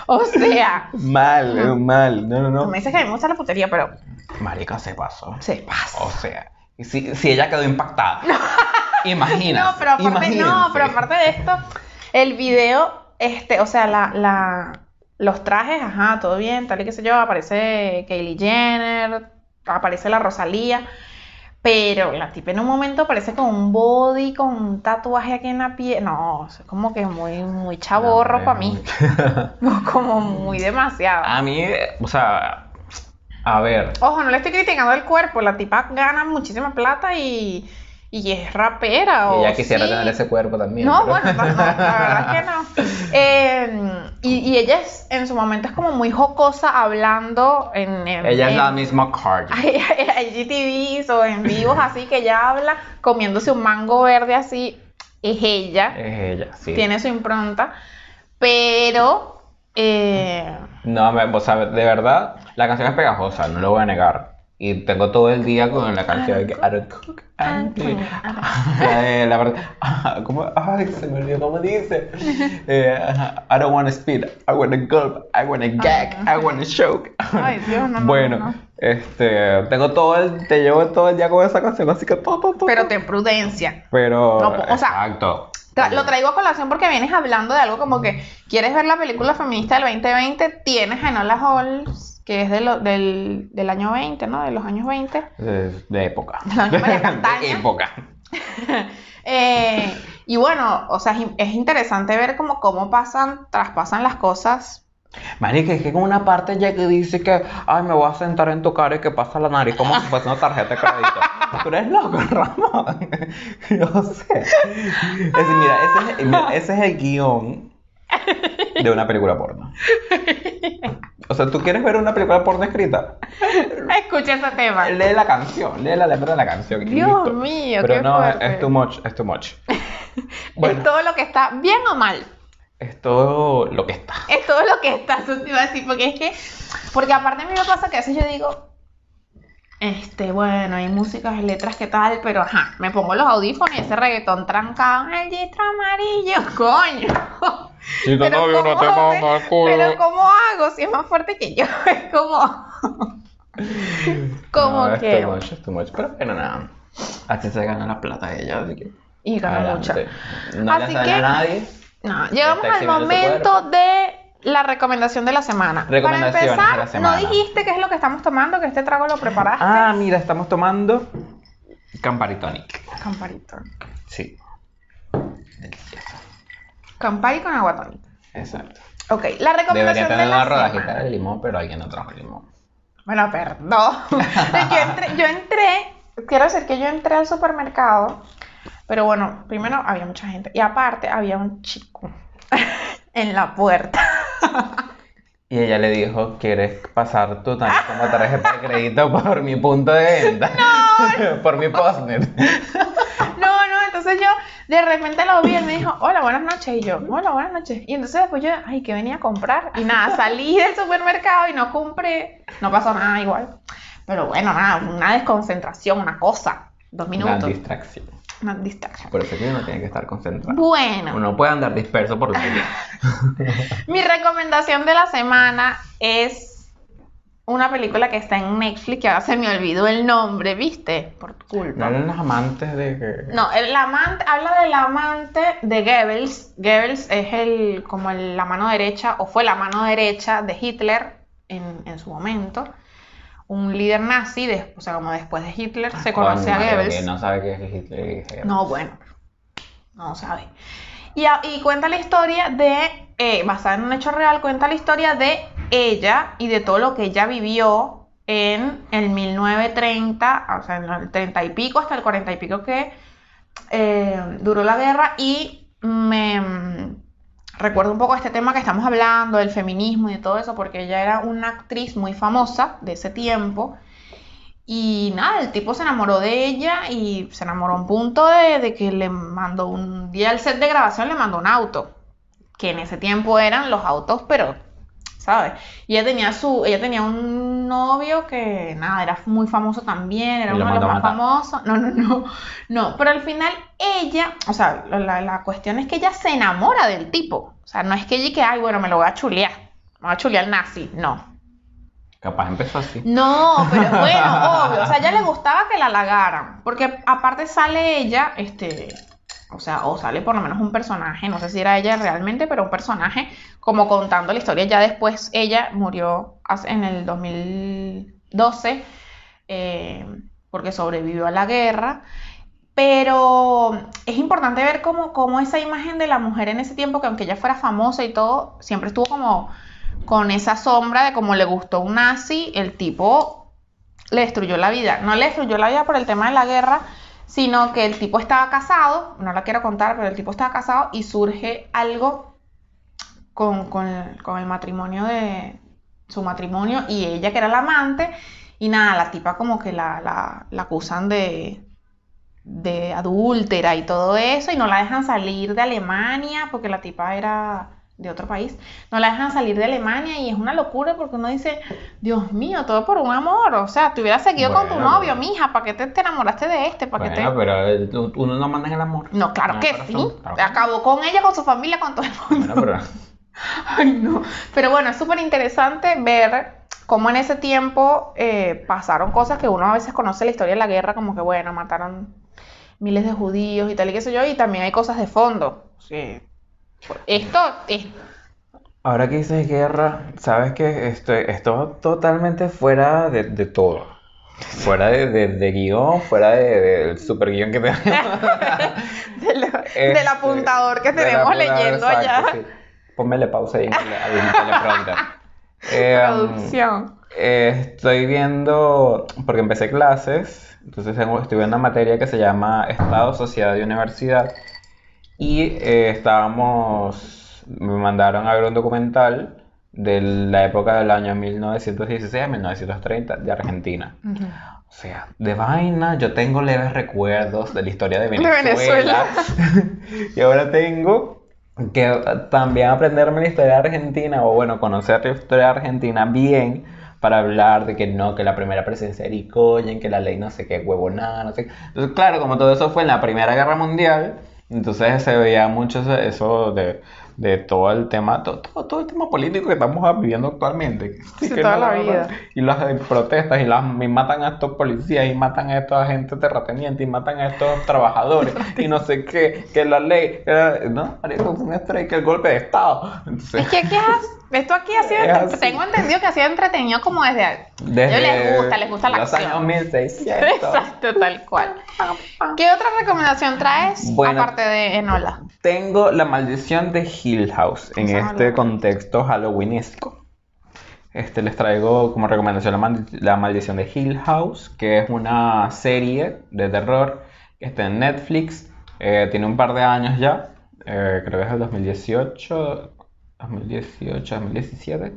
Speaker 2: o sea,
Speaker 1: Mal, mal, no, no,
Speaker 2: tú me dices que a mí me gusta la putería, pero
Speaker 1: Marica se pasó.
Speaker 2: se pasa.
Speaker 1: O sea, y si, si ella quedó impactada. Imagina.
Speaker 2: No, pero aparte, no, pero aparte de esto, el video, este, o sea, la, la- los trajes, ajá, todo bien, tal y qué sé yo, aparece Kylie Jenner, aparece la Rosalía, pero la tipa en un momento aparece con un body, con un tatuaje aquí en la piel, no, es como que muy, muy chaborro para mí, [LAUGHS] como muy demasiado.
Speaker 1: A mí, o sea, a ver.
Speaker 2: Ojo, no le estoy criticando el cuerpo, la tipa gana muchísima plata y, y es rapera, o
Speaker 1: Ella quisiera
Speaker 2: Oh, sí,
Speaker 1: tener ese cuerpo también.
Speaker 2: No,
Speaker 1: pero-
Speaker 2: bueno, no, no, la verdad es que
Speaker 1: [LAUGHS]
Speaker 2: no. Eh, y, y ella es, en su momento es como muy jocosa hablando en...
Speaker 1: [LAUGHS]
Speaker 2: en-
Speaker 1: Ella es
Speaker 2: en-
Speaker 1: la misma Cardi.
Speaker 2: Eh, [LAUGHS] Ay, ay, ay, IGTVs o en vivos así que ella habla comiéndose un mango verde así. Es ella,
Speaker 1: Es ella, sí.
Speaker 2: tiene su impronta, pero... eh,
Speaker 1: No, me- o sea, de verdad, la canción es pegajosa, no lo voy a negar. Y tengo todo el día con la canción de que I don't cook, I don't clean. [LAUGHS] La de la verdad. [LAUGHS] ah, ¿Cómo? Ay, se me olvidó cómo
Speaker 2: [LAUGHS]
Speaker 1: dice. Eh, I don't wanna spit, I wanna gulp, I wanna gag, I wanna choke.
Speaker 2: Ay, Dios, [LAUGHS] no, no,
Speaker 1: Bueno,
Speaker 2: no, no.
Speaker 1: este, tengo todo el, te llevo todo el día con esa canción, así que todo, todo, todo.
Speaker 2: pero ten prudencia.
Speaker 1: Pero,
Speaker 2: No, pues, o sea,
Speaker 1: exacto.
Speaker 2: Tra- Lo traigo a colación porque vienes hablando de algo como que quieres ver la película feminista del 2020, tienes a Enola Holmes, que es de lo- del, del año 20, ¿no? De los años 20.
Speaker 1: De, de época.
Speaker 2: [LAUGHS] La misma de Castaña.
Speaker 1: De época.
Speaker 2: Eh, y bueno, o sea, es, in- es interesante ver como cómo pasan, traspasan las cosas.
Speaker 1: Marica, es que con una parte ya que dice que, ay, me voy a sentar en tu cara y que pasa la nariz como si fuese una tarjeta de
Speaker 2: [LAUGHS]
Speaker 1: crédito. Tú eres loco, Ramón. [LAUGHS] Yo sé. Es- mira, ese es, mira, ese es el guión de una película porno. O sea, ¿tú quieres ver una película porno escrita?
Speaker 2: Escucha ese tema.
Speaker 1: Lee la canción, lee la letra de la canción. y
Speaker 2: Dios
Speaker 1: listo.
Speaker 2: mío,
Speaker 1: Pero
Speaker 2: qué
Speaker 1: no,
Speaker 2: fuerte. [LAUGHS]
Speaker 1: es too much, es too much. Bueno.
Speaker 2: Es todo lo que está bien o mal.
Speaker 1: es todo lo que está.
Speaker 2: Es todo lo que está, eso te iba a decir, porque es que, porque aparte a mí me pasa que a veces yo digo, este, bueno, hay músicas, letras, qué tal, pero ajá, me pongo los audífonos y ese reggaetón trancado en el distro amarillo, [LAUGHS] coño.
Speaker 1: Si tu
Speaker 2: Pero
Speaker 1: novio no
Speaker 2: ¿cómo
Speaker 1: te
Speaker 2: hace?
Speaker 1: manda el culo.
Speaker 2: Pero ¿cómo hago si es más fuerte que yo? [LAUGHS]
Speaker 1: [LAUGHS]
Speaker 2: Es como... como
Speaker 1: No, es
Speaker 2: que...
Speaker 1: too much, es too much. Pero bueno, nada. Así se gana la plata ella, así que.
Speaker 2: Y gana mucho.
Speaker 1: adelante. No le
Speaker 2: Así
Speaker 1: sale
Speaker 2: que-
Speaker 1: a nadie.
Speaker 2: No, llegamos al
Speaker 1: exhibiendo su
Speaker 2: momento
Speaker 1: cuerpo.
Speaker 2: de la recomendación de la semana. Para
Speaker 1: Recomendaciones de la
Speaker 2: empezar,
Speaker 1: semana.
Speaker 2: no dijiste qué es lo que estamos tomando, que este trago lo preparaste.
Speaker 1: Ah, mira, estamos tomando Campari Tonic.
Speaker 2: Camparito.
Speaker 1: Sí.
Speaker 2: Campari con agua tónica.
Speaker 1: Exacto.
Speaker 2: Ok, la
Speaker 1: Debería
Speaker 2: recomendación
Speaker 1: tener
Speaker 2: de la
Speaker 1: una
Speaker 2: semana.
Speaker 1: rodajita de limón, pero alguien no trajo limón.
Speaker 2: Bueno, perdón. yo, entré, yo entré, quiero decir que yo entré al supermercado, pero bueno, primero había mucha gente y aparte había un chico [LAUGHS] en la puerta.
Speaker 1: Y ella le dijo, ¿quieres pasar tu tarjeta como tarjeta de crédito por mi punto de
Speaker 2: [LAUGHS]
Speaker 1: venta? [LAUGHS] por mi postnet.
Speaker 2: No, no, entonces yo de repente lo vi, él me dijo, hola, buenas noches, y yo, hola, buenas noches. Y entonces después yo, ay, que venía a comprar. Y nada, salí del supermercado y no compré, no pasó nada igual. Pero bueno, nada, una desconcentración, una cosa, dos
Speaker 1: Una
Speaker 2: minutos,
Speaker 1: distracción.
Speaker 2: una distracción.
Speaker 1: Por eso es que uno tiene que estar concentrado.
Speaker 2: Bueno.
Speaker 1: Uno puede andar disperso por la vida.
Speaker 2: Mi recomendación de la semana es una película que está en Netflix, que ahora se me olvidó el nombre, ¿viste? Por tu
Speaker 1: No
Speaker 2: culpa.
Speaker 1: eran los amantes de que...
Speaker 2: No, el amante, habla del amante de Goebbels. Goebbels es el, como el- la mano derecha, o fue la mano derecha de Hitler en, en su momento. Un líder nazi, de- o sea, como después de Hitler, se conoce
Speaker 1: Ah, Coño,
Speaker 2: a
Speaker 1: madre,
Speaker 2: Goebbels.
Speaker 1: que no sabe qué es Hitler y Goebbels.
Speaker 2: No, bueno, no sabe. Y, a- y cuenta la historia de, eh, basada en un hecho real, cuenta la historia de ella y de todo lo que ella vivió en el 1930, o sea, en el 30 y pico hasta el 40 y pico que eh, duró la guerra y me mm, recuerdo un poco este tema que estamos hablando, del feminismo y de todo eso, porque ella era una actriz muy famosa de ese tiempo. Y nada, el tipo se enamoró de ella y se enamoró a un punto de, de que le mandó un día al set de grabación, le mandó un auto, que en ese tiempo eran los autos, pero, ¿sabes? Y ella tenía su, ella tenía un novio que nada, era muy famoso también, era
Speaker 1: Y lo
Speaker 2: uno de los
Speaker 1: mandó a
Speaker 2: más
Speaker 1: matar.
Speaker 2: famosos. No, no, no, no, pero al final ella, o sea, la, la cuestión es que ella se enamora del tipo. O sea, no es que ella y que, ay, bueno, me lo voy a chulear, me voy a chulear nazi, no.
Speaker 1: Capaz empezó así.
Speaker 2: No, pero [LAUGHS] bueno, obvio. O sea, a ella le gustaba que la halagaran. Porque aparte sale ella, este. O sea, o sale por lo menos un personaje, no sé si era ella realmente, pero un personaje como contando la historia. Ya después ella murió hace- en el 2012 eh, porque sobrevivió a la guerra. Pero es importante ver cómo, cómo esa imagen de la mujer en ese tiempo, que aunque ella fuera famosa y todo, siempre estuvo como con esa sombra de cómo le gustó un nazi, el tipo le destruyó la vida. No le destruyó la vida por el tema de la guerra, sino que el tipo estaba casado, no la quiero contar, pero el tipo estaba casado y surge algo con, con- con el matrimonio de su matrimonio y ella que era la amante y nada, la tipa como que la, la- la acusan de, de adúltera y todo eso y no la dejan salir de Alemania porque la tipa era de otro país, no la dejan salir de Alemania y es una locura porque uno dice, Dios mío, todo por un amor, o sea, te hubieras seguido con tu
Speaker 1: Bueno,
Speaker 2: novio,
Speaker 1: pero-
Speaker 2: mija, ¿para qué te, te enamoraste de este? ¿Para qué te...
Speaker 1: Bueno, pero eh, uno no manda en el amor.
Speaker 2: No, claro
Speaker 1: No,
Speaker 2: que
Speaker 1: pero
Speaker 2: sí.
Speaker 1: son- claro que sí.
Speaker 2: Acabó con ella, con su familia, con todo el
Speaker 1: Bueno,
Speaker 2: mundo. [LAUGHS]
Speaker 1: pero...
Speaker 2: Ay, no. Pero bueno, es súper interesante ver cómo en ese tiempo eh, pasaron cosas que uno a veces conoce la historia de la guerra, como que bueno, mataron miles de judíos y tal y qué sé yo, y también hay cosas de fondo. Sí. Esto es
Speaker 1: Ahora que dices guerra, sabes que estoy, estoy totalmente fuera de, de todo. Fuera de, de- de guión, fuera de- del super guión que
Speaker 2: [LAUGHS]
Speaker 1: tenemos.
Speaker 2: de lo- del
Speaker 1: Este,
Speaker 2: apuntador que
Speaker 1: del
Speaker 2: tenemos
Speaker 1: apuntador,
Speaker 2: leyendo
Speaker 1: exacto,
Speaker 2: allá.
Speaker 1: sí. Pónmele pausa ahí en el, al
Speaker 2: [LAUGHS]
Speaker 1: teleprompter. Eh,
Speaker 2: Producción.
Speaker 1: eh, estoy viendo, porque empecé clases, entonces tengo- estoy viendo una materia que se llama Estado, Sociedad y Universidad. Y eh, estábamos, me mandaron a ver un documental de la época del año 1916 a 1930 de Argentina.
Speaker 2: Ujú.
Speaker 1: O sea, de vaina, yo tengo leves recuerdos de la historia de [LAUGHS]
Speaker 2: Venezuela.
Speaker 1: Venezuela. y ahora tengo que también aprenderme la historia argentina, o bueno, conocer la historia argentina bien, para hablar de que no, que la primera presencia de Irigoyen, que la ley no sé qué, huevonada, no sé qué. Entonces, claro, como todo eso fue en la Primera Guerra Mundial, entonces se veía mucho eso- eso de, de todo el tema, to- todo, todo el tema político que estamos viviendo actualmente. [LAUGHS]
Speaker 2: Sí,
Speaker 1: Que
Speaker 2: toda
Speaker 1: no-
Speaker 2: la vida.
Speaker 1: Y las eh, protestas, y, las, y matan a estos policías, y matan a esta gente terrateniente, y matan a estos trabajadores, y no sé qué, que la ley, que la- no, marico, es un strike, el golpe de Estado. Entonces,
Speaker 2: Es que aquí has- esto aquí ha sido,
Speaker 1: [LAUGHS] Es
Speaker 2: entre-
Speaker 1: así.
Speaker 2: tengo entendido que ha sido entretenido como desde, a-
Speaker 1: Desde
Speaker 2: les gusta, les gusta la
Speaker 1: los
Speaker 2: acción.
Speaker 1: años 1600.
Speaker 2: Exacto, tal cual. ¿Qué otra recomendación traes
Speaker 1: Bueno.
Speaker 2: aparte de Enola?
Speaker 1: Tengo la maldición de Hill House en
Speaker 2: Esa no
Speaker 1: este
Speaker 2: la-
Speaker 1: contexto halloweenesco. Este les traigo como recomendación la, mal- la maldición de Hill House, que es una serie de terror que está en Netflix. eh, tiene un par de años ya, eh, creo que es el 2018, 2018, 2017.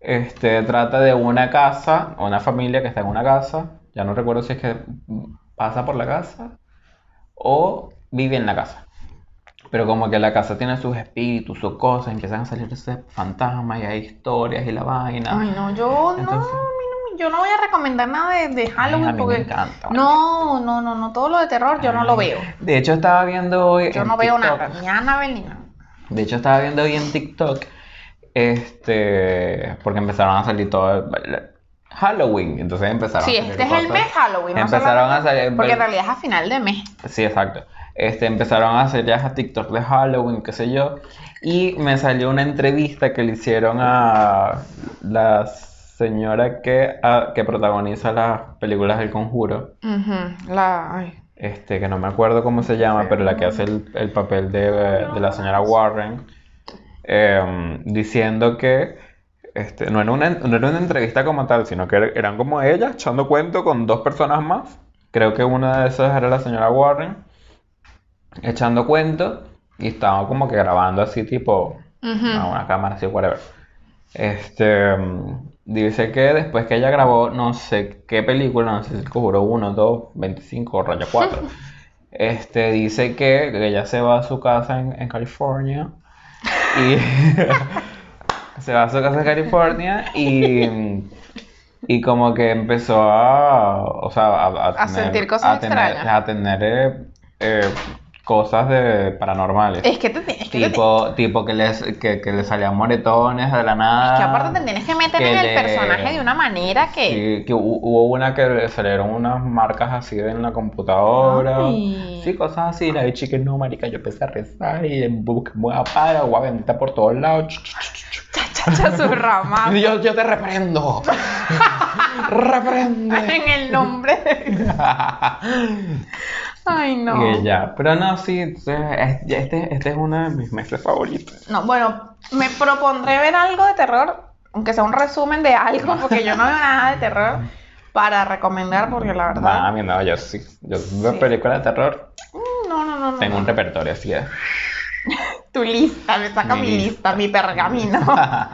Speaker 1: Este, trata de una casa, o una familia que está en una casa. Ya no recuerdo si es que pasa por la casa o vive en la casa. Pero como que la casa tiene sus espíritus, sus cosas, empiezan a salir esos fantasmas y hay historias y la vaina.
Speaker 2: Ay, no, yo no,
Speaker 1: Entonces-
Speaker 2: a mí no me- yo no voy a recomendar nada de, de Halloween
Speaker 1: Ay, a mí me
Speaker 2: porque
Speaker 1: encanta,
Speaker 2: no, no, no, no, todo lo de terror yo no lo veo.
Speaker 1: De hecho estaba viendo hoy
Speaker 2: Yo
Speaker 1: en
Speaker 2: no veo
Speaker 1: TikTok-
Speaker 2: nada, ni Annabelle ni nada.
Speaker 1: De hecho estaba viendo hoy en TikTok, este, porque empezaron a salir todo el- Halloween, entonces empezaron
Speaker 2: Sí,
Speaker 1: a salir
Speaker 2: este es el
Speaker 1: cosas.
Speaker 2: mes Halloween, no
Speaker 1: Empezaron a
Speaker 2: solamente-
Speaker 1: salir
Speaker 2: Porque en realidad es a final de mes.
Speaker 1: Sí, exacto. Este, empezaron a hacer ya a TikTok de Halloween, qué sé yo. Y me salió una entrevista que le hicieron a la señora que, a- que protagoniza las películas del Conjuro.
Speaker 2: Ujú, la, ay.
Speaker 1: Este, que no me acuerdo cómo se llama, pero la que hace el, el papel de, de la señora Warren. em, diciendo que este, no era una, no era una entrevista como tal, sino que er- eran como ellas echando cuento con dos personas más. Creo que una de esas era la señora Warren echando cuento y estaban como que grabando así tipo
Speaker 2: Ujú.
Speaker 1: a una cámara así, whatever. Este mm, dice que después que ella grabó no sé qué película, no sé si cobró 1, 2, 25, raya 4.
Speaker 2: [LAUGHS]
Speaker 1: Este dice que ella se va a su casa en, en California y [LAUGHS] se va a su casa en California y mm, y como que empezó a, o sea, a, a
Speaker 2: A
Speaker 1: tener-
Speaker 2: sentir cosas
Speaker 1: a tener,
Speaker 2: extrañas.
Speaker 1: a tener eh, eh, cosas de paranormales.
Speaker 2: Es que te tienes que, te-
Speaker 1: Tipo, tipo que les, que, que le salían moretones de la nada.
Speaker 2: que aparte te tienes ah, que meter
Speaker 1: que
Speaker 2: en el
Speaker 1: le-
Speaker 2: personaje de una manera que...
Speaker 1: Sí, que hu- hubo una que le salieron unas marcas así en la computadora.
Speaker 2: Ay.
Speaker 1: Sí, cosas así. La bichi que no, marica, yo empecé a rezar y busqué a para, agua bendita por todos lados. Ch, ch, ch, ch.
Speaker 2: [LAUGHS] Chachacha su [LAUGHS] rama.
Speaker 1: Dios, yo te reprendo.
Speaker 2: [LAUGHS]
Speaker 1: Reprende.
Speaker 2: en el nombre de... Ay, [LAUGHS] no.
Speaker 1: Y ya. Pero no, sí, entonces, es- ya este, este es uno de mis meses favoritos.
Speaker 2: No, bueno, me propondré ver algo de terror, aunque sea un resumen
Speaker 1: [LAUGHS]
Speaker 2: de algo, porque yo no veo nada de terror para recomendar, porque la verdad...
Speaker 1: Mami, no, yo sí. Yo veo películas de terror.
Speaker 2: Mm, No, no, no, no.
Speaker 1: Tengo un repertorio así de-
Speaker 2: Tu lista, me saca mi,
Speaker 1: Mi
Speaker 2: lista, mi pergamino.
Speaker 1: [LAUGHS]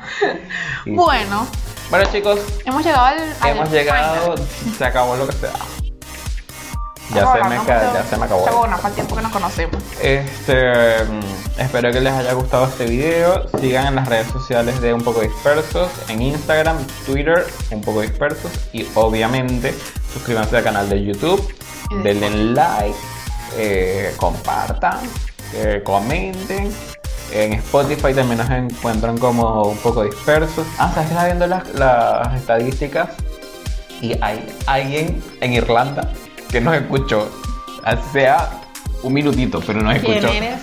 Speaker 1: Sí.
Speaker 2: bueno,
Speaker 1: Bueno, chicos,
Speaker 2: hemos llegado al... al
Speaker 1: hemos llegado. Se acabó lo que se Ya
Speaker 2: Estamos
Speaker 1: se me,
Speaker 2: hablando
Speaker 1: ca-
Speaker 2: mucho-
Speaker 1: ya se me
Speaker 2: mucho
Speaker 1: acabó.
Speaker 2: bonazo, al tiempo que nos conocemos.
Speaker 1: Este, mm, espero que les haya gustado este video. Sigan en las redes sociales de Un poco Dispersos, en Instagram, Twitter, Un poco Dispersos y obviamente suscríbanse al canal de YouTube,
Speaker 2: Y de
Speaker 1: denle like, eh, compartan, eh, comenten. En Spotify también nos encuentran como un poco dispersos. Ah, ¿sabes que estaba viendo las, las estadísticas? Y hay alguien en Irlanda que nos escuchó, así sea un minutito, pero nos
Speaker 2: ¿Quién
Speaker 1: escuchó.
Speaker 2: eres?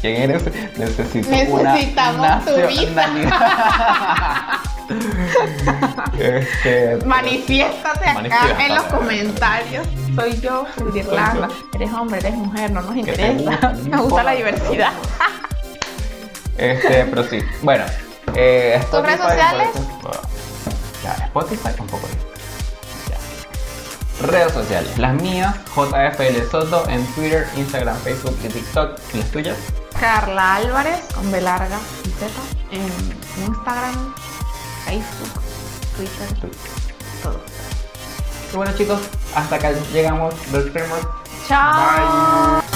Speaker 1: ¿Quién eres? Necesito una
Speaker 2: Necesitamos tu
Speaker 1: nacionalidad. [LAUGHS] Este,
Speaker 2: Manifiéstate acá
Speaker 1: Manifiéstate.
Speaker 2: en los comentarios. Soy yo, soy de Irlanda. Eres hombre, eres mujer, no nos
Speaker 1: te
Speaker 2: interesa.
Speaker 1: gusta?
Speaker 2: [LAUGHS] Nos gusta la diversidad.
Speaker 1: este, pero sí. Bueno, eh,
Speaker 2: ¿Tus redes
Speaker 1: Spotify,
Speaker 2: sociales?
Speaker 1: Ya, Spotify un poco. Ya. Redes sociales. Las mías, JFL Soto, en Twitter, Instagram, Facebook y TikTok. ¿Y las tuyas?
Speaker 2: Carla Álvarez, con B larga y Z, en Instagram, Facebook, Twitter, todo.
Speaker 1: Y bueno chicos, hasta acá llegamos. Los vemos.
Speaker 2: Chao.